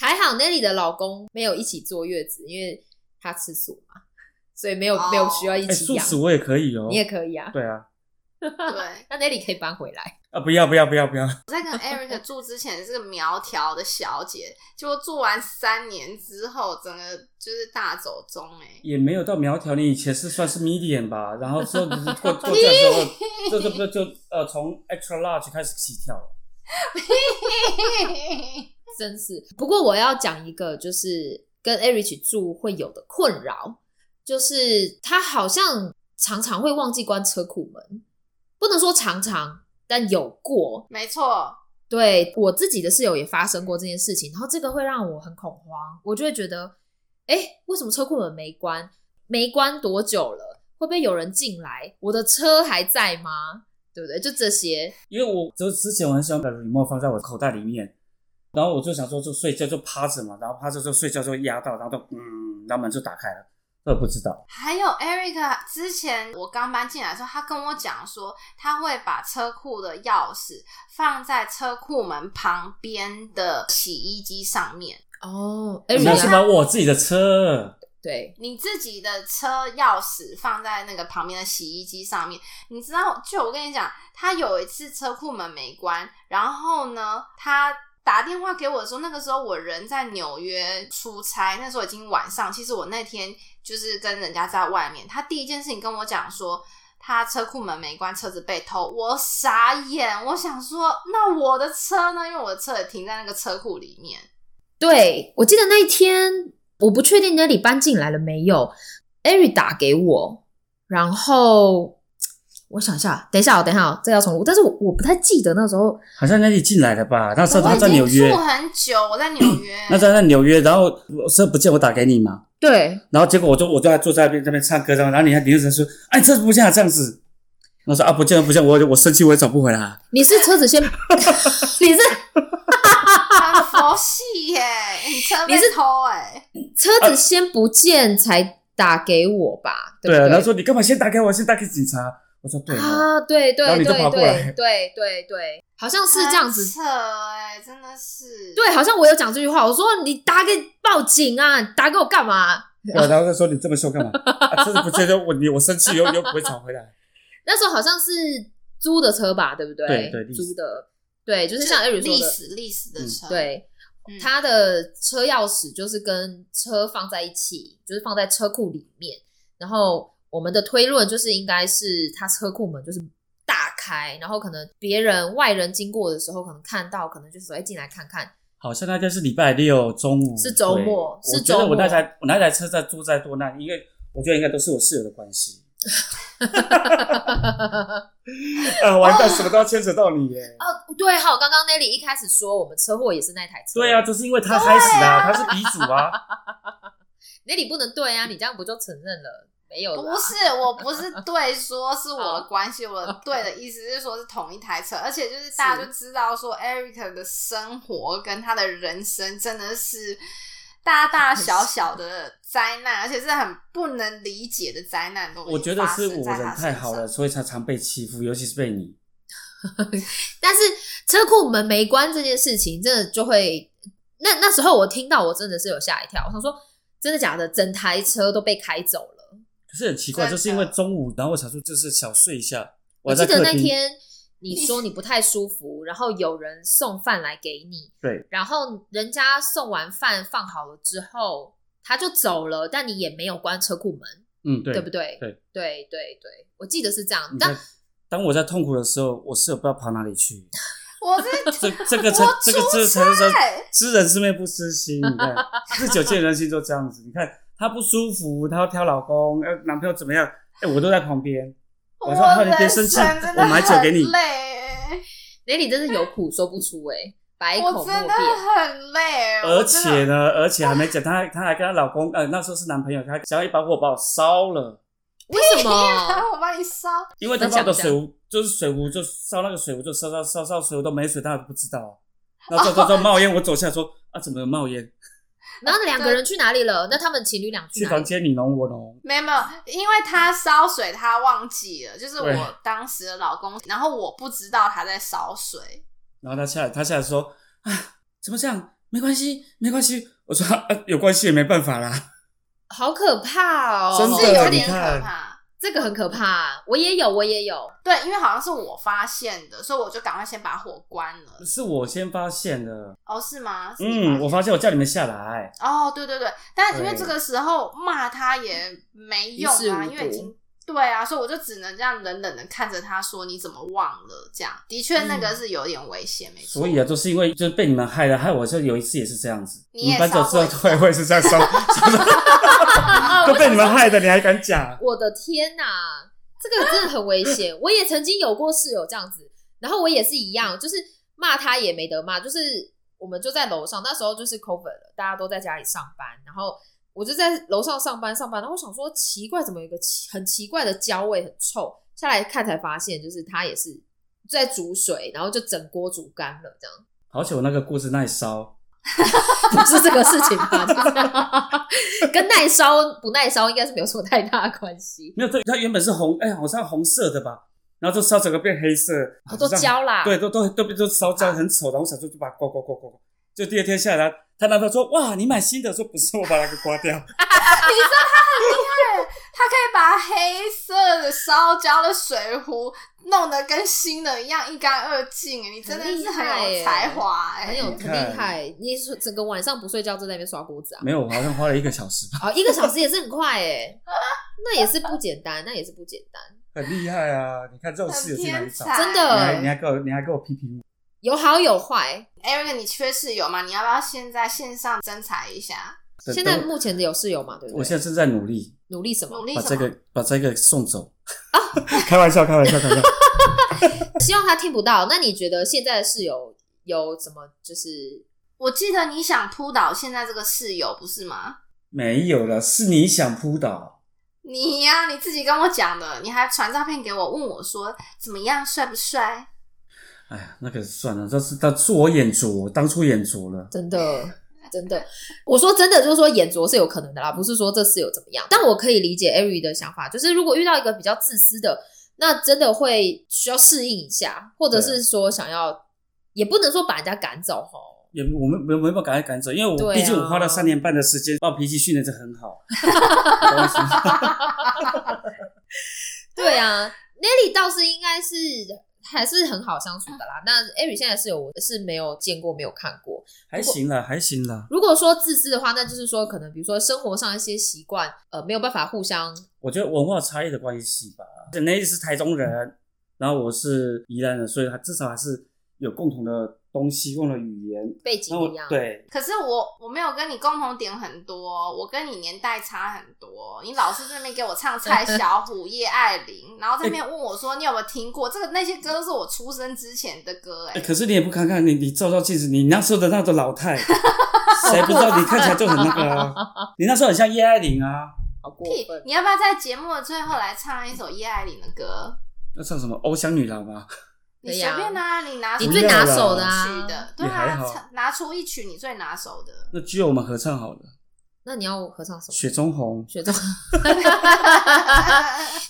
还好 Nelly 的老公没有一起坐月子，因为他吃素嘛，所以没有、
哦
没有需要一
哎，
起
素
养。
食我也可以哦。
你也可以啊，
对啊，
对。
那 Nelly 可以搬回来。
啊不要不要不要不要，
我在跟 Eric 住之前是个苗条的小姐，结果住完三年之后，整个就是大走中哎、
(laughs) 也没有到苗条。你以前是算是 medium 吧，然后说过过这之
(laughs)
后，这这不就呃从 extra large 开始起跳了。
真是。不过我要讲一个，就是跟 Eric 住会有的困扰，就是他好像常常会忘记关车库门，不能说常常，但有过。
没错，
对我自己的室友也发生过这件事情，然后这个会让我很恐慌，我就会觉得，哎，为什么车库门没关？没关多久了？会不会有人进来？我的车还在吗？对不对？就这些，
因为我就之前我很喜欢把 remote 放在我的口袋里面，然后我就想说就睡觉就趴着嘛，然后趴着就睡觉就压到，然后就嗯，然后门就打开了，我也不知道。
还有 Eric 之前我刚搬进来的时候，他跟我讲说，他会把车库的钥匙放在车库门旁边的洗衣机上面。
哦
你
，Eric
要
啊
是把我自己的车，
对，
你自己的车钥匙放在那个旁边的洗衣机上面，你知道？就我跟你讲，他有一次车库门没关，然后呢，他打电话给我的时候，那个时候我人在纽约出差，那时候已经晚上。其实我那天就是跟人家在外面，他第一件事情跟我讲说。他车库门没关，车子被偷，我傻眼。我想说，那我的车呢？因为我的车也停在那个车库里面。
对，我记得那一天，我不确定那里搬进来了没有。Eric 打给我，然后我想一下，等一下哦，等一下哦，这要重录，但是我我不太记得那时候
好像那里进来的吧？那时候
我
他在纽
已经
约。
住，很久，我在纽约
那时候在纽约，然后我车不见，我打给你嘛，
对
然后结果我就我就在坐在那边那边唱歌，然后然后你看你就在说，哎，这不见了这样子。我说啊，不见了，不见了，我我生气我也找不回来啊。
你是车子先， (laughs) 你是
很佛系
(laughs)
耶、你车
你是
被偷哎、
车子先不见才打给我吧？
对
不
啊，
对
然后说你干嘛先打给我，先打给警察。我说对哦，
啊，对对
然
对
后你就
对
跑过来
对对对，好像是这样子。
很扯哎、真的是。
对，好像我有讲这句话，我说你打给报警啊，你打给我干嘛？
(laughs) 对啊然后他说你这么凶干嘛？ (laughs) 啊，车子不见就我你我生气又又不会找回来。
那时候好像是租的车吧，对不对？
对对
租的，对，就
就是
像艾瑞说
历
的，
史历史的
嗯
车，
对，
嗯
他的车钥匙就是跟车放在一起，就是放在车库里面。然后我们的推论就是，应该是他车库门就是大开，然后可能别人外人经过的时候，可能看到，可能就是说，哎，进来看看。
好像那天是礼拜六中午，
是周末
嗯对
是周末
我觉得我那台我那台车在住在多难，因为我觉得应该都是我室友的关系。 (laughs) 啊，完蛋，什么都要牵扯到你耶。
(laughs) 哦，对，还有刚刚 Nelly 一开始说我们车祸也是那台车，
对啊，就是因为他开始啊，他是鼻祖
(laughs)
啊。
，Nelly 不能对啊，你这样不就承认了没有啦
不是，我不是对说是我的关系，我的对的意思是说是同一
(laughs)
台车，而且就是大家
是
就知道说 Eric 的生活跟他的人生真的是。大大小小的灾难，而且是很不能理解的灾难都
我觉得是我人太好了， (laughs) 所以才常被欺负，尤其是被你。
但是车库门没关这件事情，真的就会，那那时候我听到，我真的是有吓一跳，我想说，真的假的？整台车都被开走了。
可是很奇怪，
真的
就是因为中午，然后我想说就是小睡一下，
我
我
记
在
得
客
那
厅。
天你说你不太舒
(laughs)
服，然后有人送饭来给你，
对，
然后人家送完饭放好了之后，他就走了，但你也没有关车库门，
嗯，对，
对不对？
对
对对对我记得是这样
你。在
但
当我在痛苦的时候，我室友不知道跑哪里去，
我是
这这个才
我
这个这才是
菜
知人知面不知心。你看，日久见人心就这样子。你看她不舒服，她要挑老公，呃，男朋友怎么样？哎、我都在旁边。我说好，你别
人
生气
生真，的
我买酒给你
很。累，
雷里真是有苦说不出哎、百口
我
莫
真的
辩。
很累，
而
哎我真的 (laughs)
且呢，而且还没讲，她她还跟她老公，呃，那时候是男朋友，她想要一把火把我烧了，
为什
(laughs)
么？
啊我帮你烧，
因为她把我的水壶就是水壶就烧那个水壶就烧烧烧烧水壶都没水，她还不知道。然
哦
后走走走冒烟，我走下来说啊，怎么有冒烟？
然后那两个人去哪里了？那他们情侣俩去
去
哪
房
里？
间你侬我侬。
没有没有，因为他烧水，他忘记了，就是
对
我当时的老公，然后我不知道他在烧水，
然后他下来，他下来说：“啊，怎么这样？没关系，没关系。”我说：“啊，有关系也没办法啦。
好可怕哦！
真的
是有
你
点可
看
怕。
这个很可怕。我也有，我也有。
对，因为好像是我发现的，所以我就赶快先把火关了”。
是我先发现的。
哦，是吗？是你
嗯，
吗
我发现我叫你们下来，
哦，对对对，但因为
对
这个时候骂他也没用
于事
啊，
无
因为已
补
经对啊，所以我就只能这样冷冷的看着他说：“你怎么忘了？”这样的确那个是有点危险，没错。
嗯所以啊，就是因为就是被你们害了，害我就有一次也是这样子。
你也
们搬走之后，
烧过
对，我也是这样烧，
(laughs)
都被你们害的，你还敢讲？
我的天哪，这个真的很危险。我也曾经有过室友这样子，然后我也是一样，就是骂他也没得骂，就是我们就在楼上，那时候就是 COVID 了，大家都在家里上班，然后我就在楼上上班上班，然后我想说奇怪，怎么有一个奇很奇怪的焦味，很臭，下来看才发现，就是他也是在煮水，然后就整锅煮干了，这样 (laughs)
而且我那个故事耐烧，
不是这个事情吧？就是 (laughs) 跟耐烧不耐烧应该是没有什么太大的关系，
没有对，它原本是红，哎、好像红色的吧，然后就烧整个变黑色，
我都
这样
焦啦，
对，都都都都烧焦，很丑。然后我想说就把它刮刮刮刮刮，就第二天下来，他男朋友说：“哇，你买新的？”我说不是，我把那个刮掉。
他可以把黑色的烧焦的水壶弄得跟新的一样一干二净，欸你真的是很有才华、哎，
很有
你
很
看
厉害，你说整个晚上不睡觉就在那边刷锅子啊？
(laughs) 没有，我好像花了一个小时吧，
啊、一个小时也是很快哎、那也是不简单，那也是不简单，
很厉害啊！你看这种事
很
有自己哪里
天
找？
才。
真
你
的
还你还给我你还给我批评我，
有好有坏。
Eric，你缺室友吗？你要不要现在线上征才一下？
等
现在
等
目前的有室友嘛，对不对？
我现在正在努力
努力什
努
么？
力
把
什
这
么？
个把这个送走。
哦
(laughs) 开玩笑，开玩笑，开玩笑。
希望他听不到。那你觉得现在的室友有什么？就是
我记得你想扑倒现在这个室友不是吗？
没有了，是你想扑倒。
你呀、你自己跟我讲的，你还传照片给我，问我说怎么样，帅不帅？
哎呀，那个算了，这是他是我眼拙，当初眼拙了。
真的。真的，我说真的，就是说眼拙是有可能的啦，不是说这室友怎么样。但我可以理解艾瑞的想法，就是如果遇到一个比较自私的，那真的会需要适应一下，或
啊
者是说想要，也不能说把人家赶走吼。
也我们没没办法赶快赶走，因为
对
我
啊
毕竟我花了三年半的时间把我脾气训练得很
(laughs)
好。 (laughs)
对啊，Nelly 倒是应该是还是很好相处的啦。那 Eric 现在是有我是没有见过，没有看过。
还行啦，还行啦。
如果说自私的话，那就是说可能比如说生活上一些习惯，呃，没有办法互相。
我觉得文化差异的关系吧。那是台中人，然后我是宜兰人，所以他至少还是有共同的东西、共同的语言。
背景
然后
一样
对，
可是我我没有跟你共同点很多，我跟你年代差很多。你老是这边给我唱蔡小虎、叶爱玲，然后这边问我说你有没有听过这个？那些歌都是我出生之前的歌、
哎， (laughs)
哎、
可是你也不看看你，你照照镜子，你那时候的那个老
(laughs)
太，谁不知道你看起来就很那个啊？你那时候很像叶爱玲啊。
好过
屁
分！
你要不要在节目的最后来唱一首叶爱玲的歌？
那唱什么《欧香女郎》吗？
你
可以
随
啊
便拿，你拿
你
出
最拿手的
一
啊
曲，的，对
也还
啊
好，
唱拿出一曲你最拿手的。 (laughs)
那就我们合唱好了。
那你要我合唱什么？
雪中红，
雪中。 (laughs)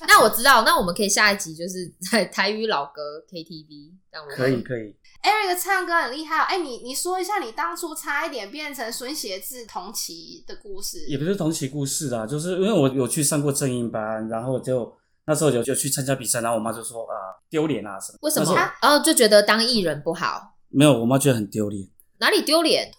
那我知道，那我们可以下一集就是在台语老歌 KTV，让我
可以可以，
Eric 唱歌很厉害哦，哎、你你说一下你当初差一点变成孙协志同期的故事。
也不是同期故事啦，就是因为我有去上过正音班，然后就那时候有有去参加比赛，然后我妈就说啊丢脸啊什么，
为什么
那时候？
哦，就觉得当艺人不好，
没有，我妈觉得很丢脸，
哪里丢脸？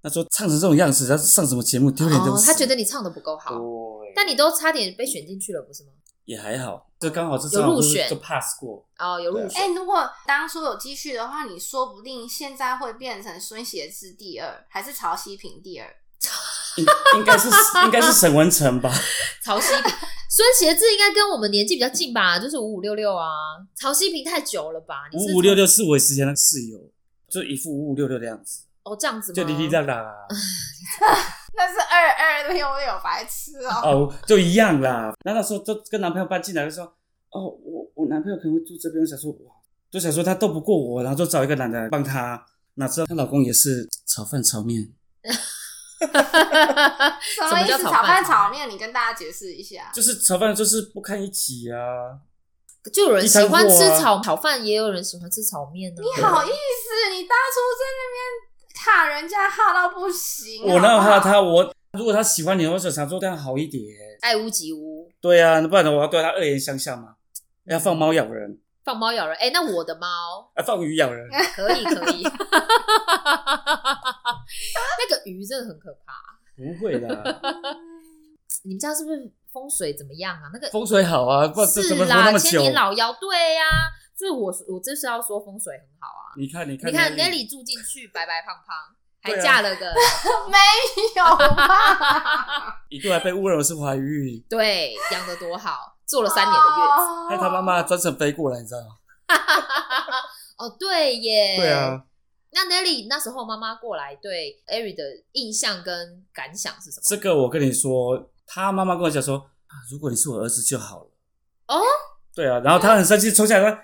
她说唱成这种样子，她上什么节目丢脸哦都
哦，
死。
他觉得你唱的不够好，
对，
但你都差点被选进去了，不是吗？
也还好，就刚好是
有
正好
入
就是
选
就 pass 过，
哦，有入
对啊
选。
哎、如果当初有继续的话，你说不定现在会变成孙协志第二，还是曹希平第二。
应应该是应该是沈文
(laughs)
成吧？
(laughs) 曹希平、孙协志应该跟我们年纪比较近吧，就是五五六六啊。曹希平太久了吧？你是
五五六六是我之前的室友，就一副五五六六的样子，
哦，这样子吗？
就滴滴答答啦，
那是二二六六白痴哦、
(laughs) 哦，就一样啦。然后那时候就跟男朋友搬进来的时候，哦，我我男朋友可能会住这边，我想说哇，就想说他斗不过我，然后就找一个男的来帮他。哪知道她老公也是炒饭炒面，
什
什
么
么
意
叫
思？
炒
炒
饭
饭炒面，你跟大家解释一下。
就是炒饭就是不堪一击啊。
(laughs) 就有人喜欢
一
吃
餐货啊
炒炒饭，也有人喜欢吃炒面呢、
你好意思？你当初在那边卡人家哈到不行，
我哪
好
有
不好？
怕他？我如果他喜欢你，我就想说对他好一点。
爱屋及乌，
对啊，不然我要对他恶言相向嘛。要放猫咬人，
放猫咬人。哎、那我的猫
啊，放鱼
(laughs)
咬人。
可以可以，那个鱼真的很可怕。
不会的，
你们家是不是风水怎么样啊？那个
风水好啊，不然这
是
怎么活那
啦，
么
千
久？
年老妖，对呀、所以我我这是要说风水很好啊。
你看，你看，
你看 Nelly 住进去，白白胖胖，还
对啊
嫁了个
(laughs) 有吧？
一度还被误认为是怀孕，
对，养的多好，坐了三年的月 (laughs) 子。
(laughs)
害哎他妈妈专程飞过来，你知道吗？
哦，对耶。
对。啊，
那 Nelly 那时候妈妈过来对 Ari 的印象跟感想是什么？
这个我跟你说，他妈妈跟我讲说，啊如果你是我儿子就好了。
哦，
对啊，然后他很生气，冲下来说，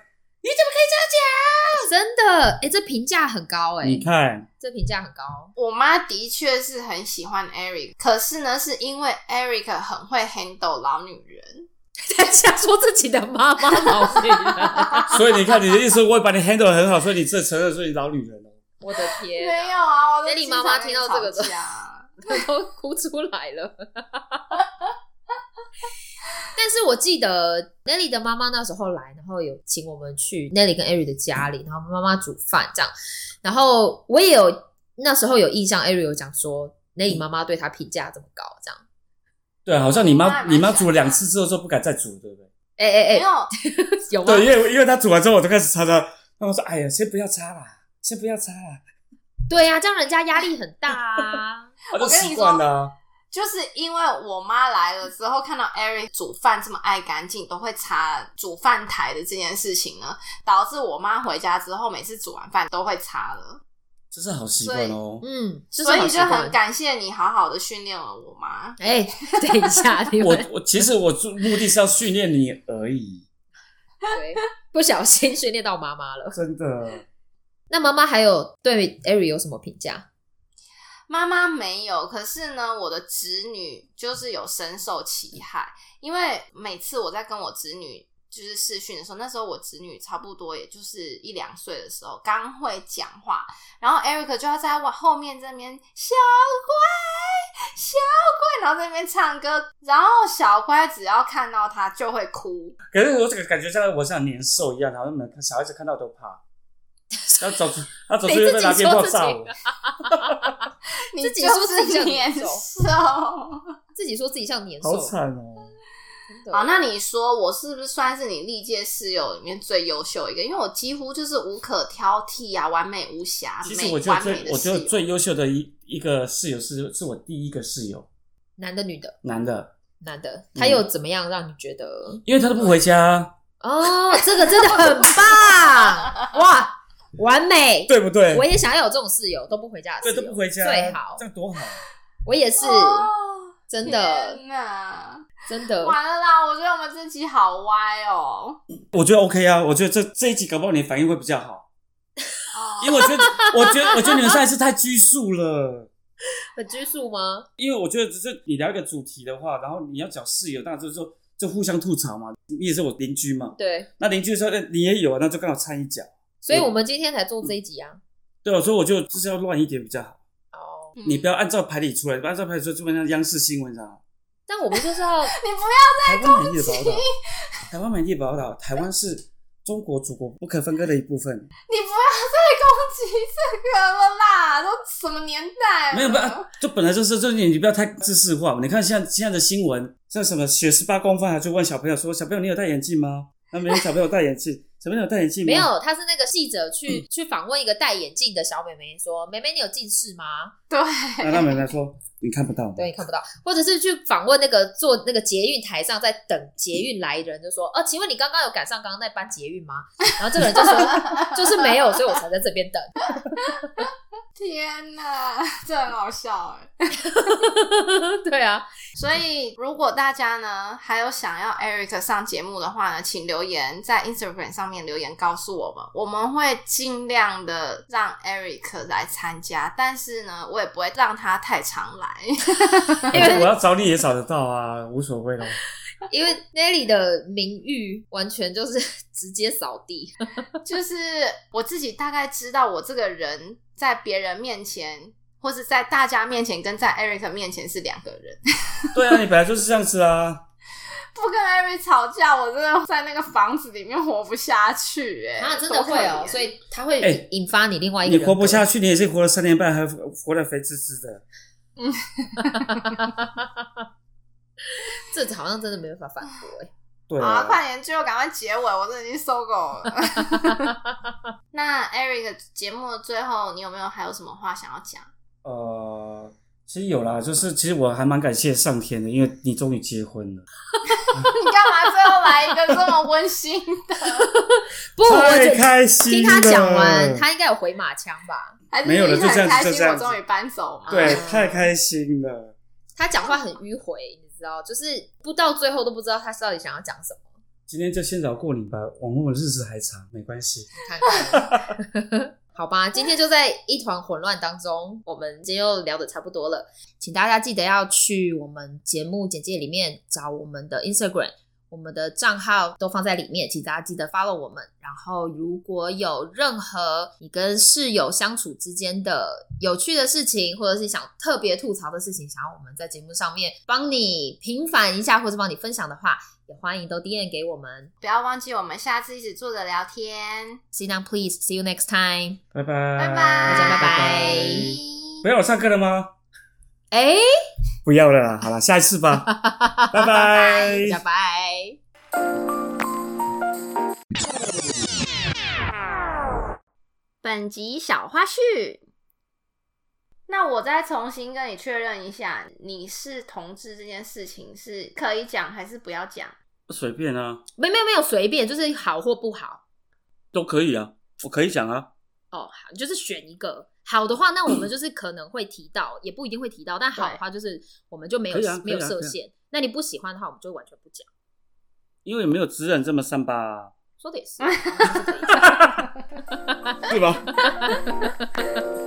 真的，哎、这评价很高哎、
你看，
这评价很高。
我妈的确是很喜欢 Eric，可是呢，是因为 Eric 很会 handle 老女人。
(laughs) 在家说自己的妈 (laughs) 妈老女人，
所以你看，你的意思我也把你 handle 得很好，所以你这承认说你老女人了。
(laughs) 我的天、
没
(laughs)
有，啊，我都
Nelly 妈妈听到这个
经常跟你吵
(laughs)
架啊
都哭出来了。 (laughs) 但是我记得 Nelly 的妈妈那时候来，然后有请我们去 Nelly 跟 Ari 的家里，然后妈妈煮饭这样。然后我也有那时候有印象，Ari 有讲说 Nelly 妈妈对她评价这么高，这样。
对啊，好像你
我妈
妈
还蛮
你妈
喜欢
煮了两次之后就不敢再煮，对不对？
哎哎哎，
没
(laughs) 有
有，
吗？
对，因为因为她煮完之后，我就开始擦擦，他们说，哎呀，先不要擦啦，先不要擦啦，
对呀、这样人家压力很大啊。
我就
我跟你
习惯
说
了啊。
就是因为我妈来了之后，看到 Eric 煮饭这么爱干净，都会擦煮饭台的这件事情呢，导致我妈回家之后，每次煮完饭都会擦了。
这是好习惯哦。
嗯，这是
所
好
以
习
就很
惯。
感谢你好好的训练了我妈。
哎、等一下，你
我
们
我其实我做目的是要训练你而已，
对 (laughs) 不小心训练到妈妈了。 (laughs)
真的。
那妈妈还有对 Ari 有什么评价？
妈妈没有，可是呢，我的侄女就是有深受其害，因为每次我在跟我侄女就是视讯的时候，那时候我侄女差不多也就是一两岁的时候，刚会讲话，然后 Eric 就要在我后面这边小乖小乖，然后在那边唱歌，然后小乖只要看到他就会哭，
可是我这个感觉像我像年兽一样，然后每个小孩子看到都
(laughs)
怕，他走出他走出去
你自
会
己
拿鞭炮
说自己
炸我。
你
自己
就
说自己
是
像
年
年
兽。
自己说自己像年兽，
好惨哦！
真的
好，那你说我是不是算是你历届室友里面最优秀一个？因为我几乎就是无可挑剔啊，完美无瑕，
其实
美
我觉得
完美
最
的
我
室
觉
友。
得最优秀的一一个室友是是我第一个室友，
男的女的
男的，
男的，
嗯
他又怎么样让你觉得？
因为他都不回家，
嗯
哦，这个真的很
(laughs)
棒哇，完美！
对不对
我？也想要有这种室友，都不回家的室
对，
友，
都不回家，
最好
这。样多好。
我也是，
哦
真的
天啊哪，
真的，
完了啦！我觉得我们这集好歪哦。
我觉得 OK 啊，我觉得这这一集搞不好你反应会比较好，
哦
(laughs) 因为我觉得我觉得我觉得你们上一次太拘束了。
很拘束吗？
因为我觉得就是你聊一个主题的话，然后你要找室友，那就是说就互相吐槽嘛。你也是我邻居嘛，
对，
那邻居说哎你也有啊，那就刚好掺一脚。
所以我们今天才做这一集啊。
对啊，所以我就就是要乱一点比较好，
哦，
嗯
你不要按照牌理出来，按照牌理出来就变成央视新闻上。
但我们就是要
嗯
你不要
台湾媒体的报道，台湾媒体报道，台湾是中国祖国不可分割的一部
(laughs)
分。
你不要再攻击这个了啦！都什么年代了？
没有，不，啊就本来就是，就是你你不要太自视化嘛。你看现在现在的新闻，像什么血十八公分，还去问小朋友说：“小朋友，你有戴眼镜吗？”那没有小朋友戴
(laughs)
眼镜，小朋友有戴眼镜吗？
没。有，他是那个记者去、去访问一个戴眼镜的小妹妹，说：“妹妹，你有近视吗
对，
那他们来说，你看不到吗？”
对，看不到。或者是去访问那个坐那个捷运台上在等捷运来的人，就说：“哦，请问你刚刚有赶上刚刚那班捷运吗？”然后这个人就说：“就是没有，所以我才在这边等。 (laughs)
天哪，这很好笑哎。”
对啊，
所以，如果大家呢还有想要 Eric 上节目的话呢，请留言在 Instagram 上面留言告诉我们，我们会尽量的让 Eric 来参加，但是呢，我也不会让他太常来。 (laughs)
反正 (laughs) 我要找你也找得到啊，无所谓了。
因为 Nelly 的名誉完全就是 (laughs) 直接扫地。
就是我自己大概知道，我这个人在别人面前，或是在大家面前，跟在 Eric 面前是两个人。 (laughs)
对啊，你本来就是这样子啊。
不跟 Eric 吵架，我真的在那个房子里面活不下去、哎，
啊，真的会哦，所
以
以他会
哎
引发你另外一个
你
人
活不
格
下去，你也是活了三年半，还活得肥滋滋的。
这好像真的没办法反驳哎、
对
好、啊，快点，最后赶快结尾，我真的已经受够了。
(laughs)
那 Eric 节目的最后，你有没有还有什么话想要讲？
呃，其实有啦，就是其实我还蛮感谢上天的，因为你终于结婚了。
(laughs) 你干嘛最后来一个这么温 (laughs) 馨的？
不，我觉
太
得
开心
听
了！
他讲完，他应该有回马枪吧？
还是
没有了
你
就这
很
样子
开
就
心
这
我
样子
终于搬走嘛？
对
啊
太开心了。
他讲话很迂回，你知道，就是不到最后都不知道他到底想要讲什么。
今天就先饶过你吧，往后的日子还长，没关系。
看看， (laughs) 好吧，今天就在一团混乱当中，我们今天又聊的差不多了，请大家记得要去我们节目简介里面找我们的 Instagram。我们的账号都放在里面，请大家记得 follow 我们。然后，如果有任何你跟室友相处之间的有趣的事情，或者是想特别吐槽的事情，想要我们在节目上面帮你平反一下，或者帮你分享的话，也欢迎都 DM 给我们。
不要忘记我们下次一起坐着聊天。
Sit down, please. See you next time.
拜拜，
拜拜，
大家拜拜
哎
不要我上课了吗？
哎、
不要了啦，好了，下一
(laughs)
次吧。拜拜。
拜拜。
本集小花絮。那我再重新跟你确认一下，你是同志这件事情是可以讲还是不要讲？
随便啊，
没没有没有随便，就是好或不好
都可以啊，我可以讲啊。
哦，好你就是选一个。好的话，那我们就是可能会提到，也不一定会提到。但好的话，就是我们就没有
嗯可以啊可以啊
没有设
可以啊
限。那你不喜欢的话，我们就完全不讲。
因为没有直人这么三八、啊， (laughs)
说的也是，就是这一种
对吧？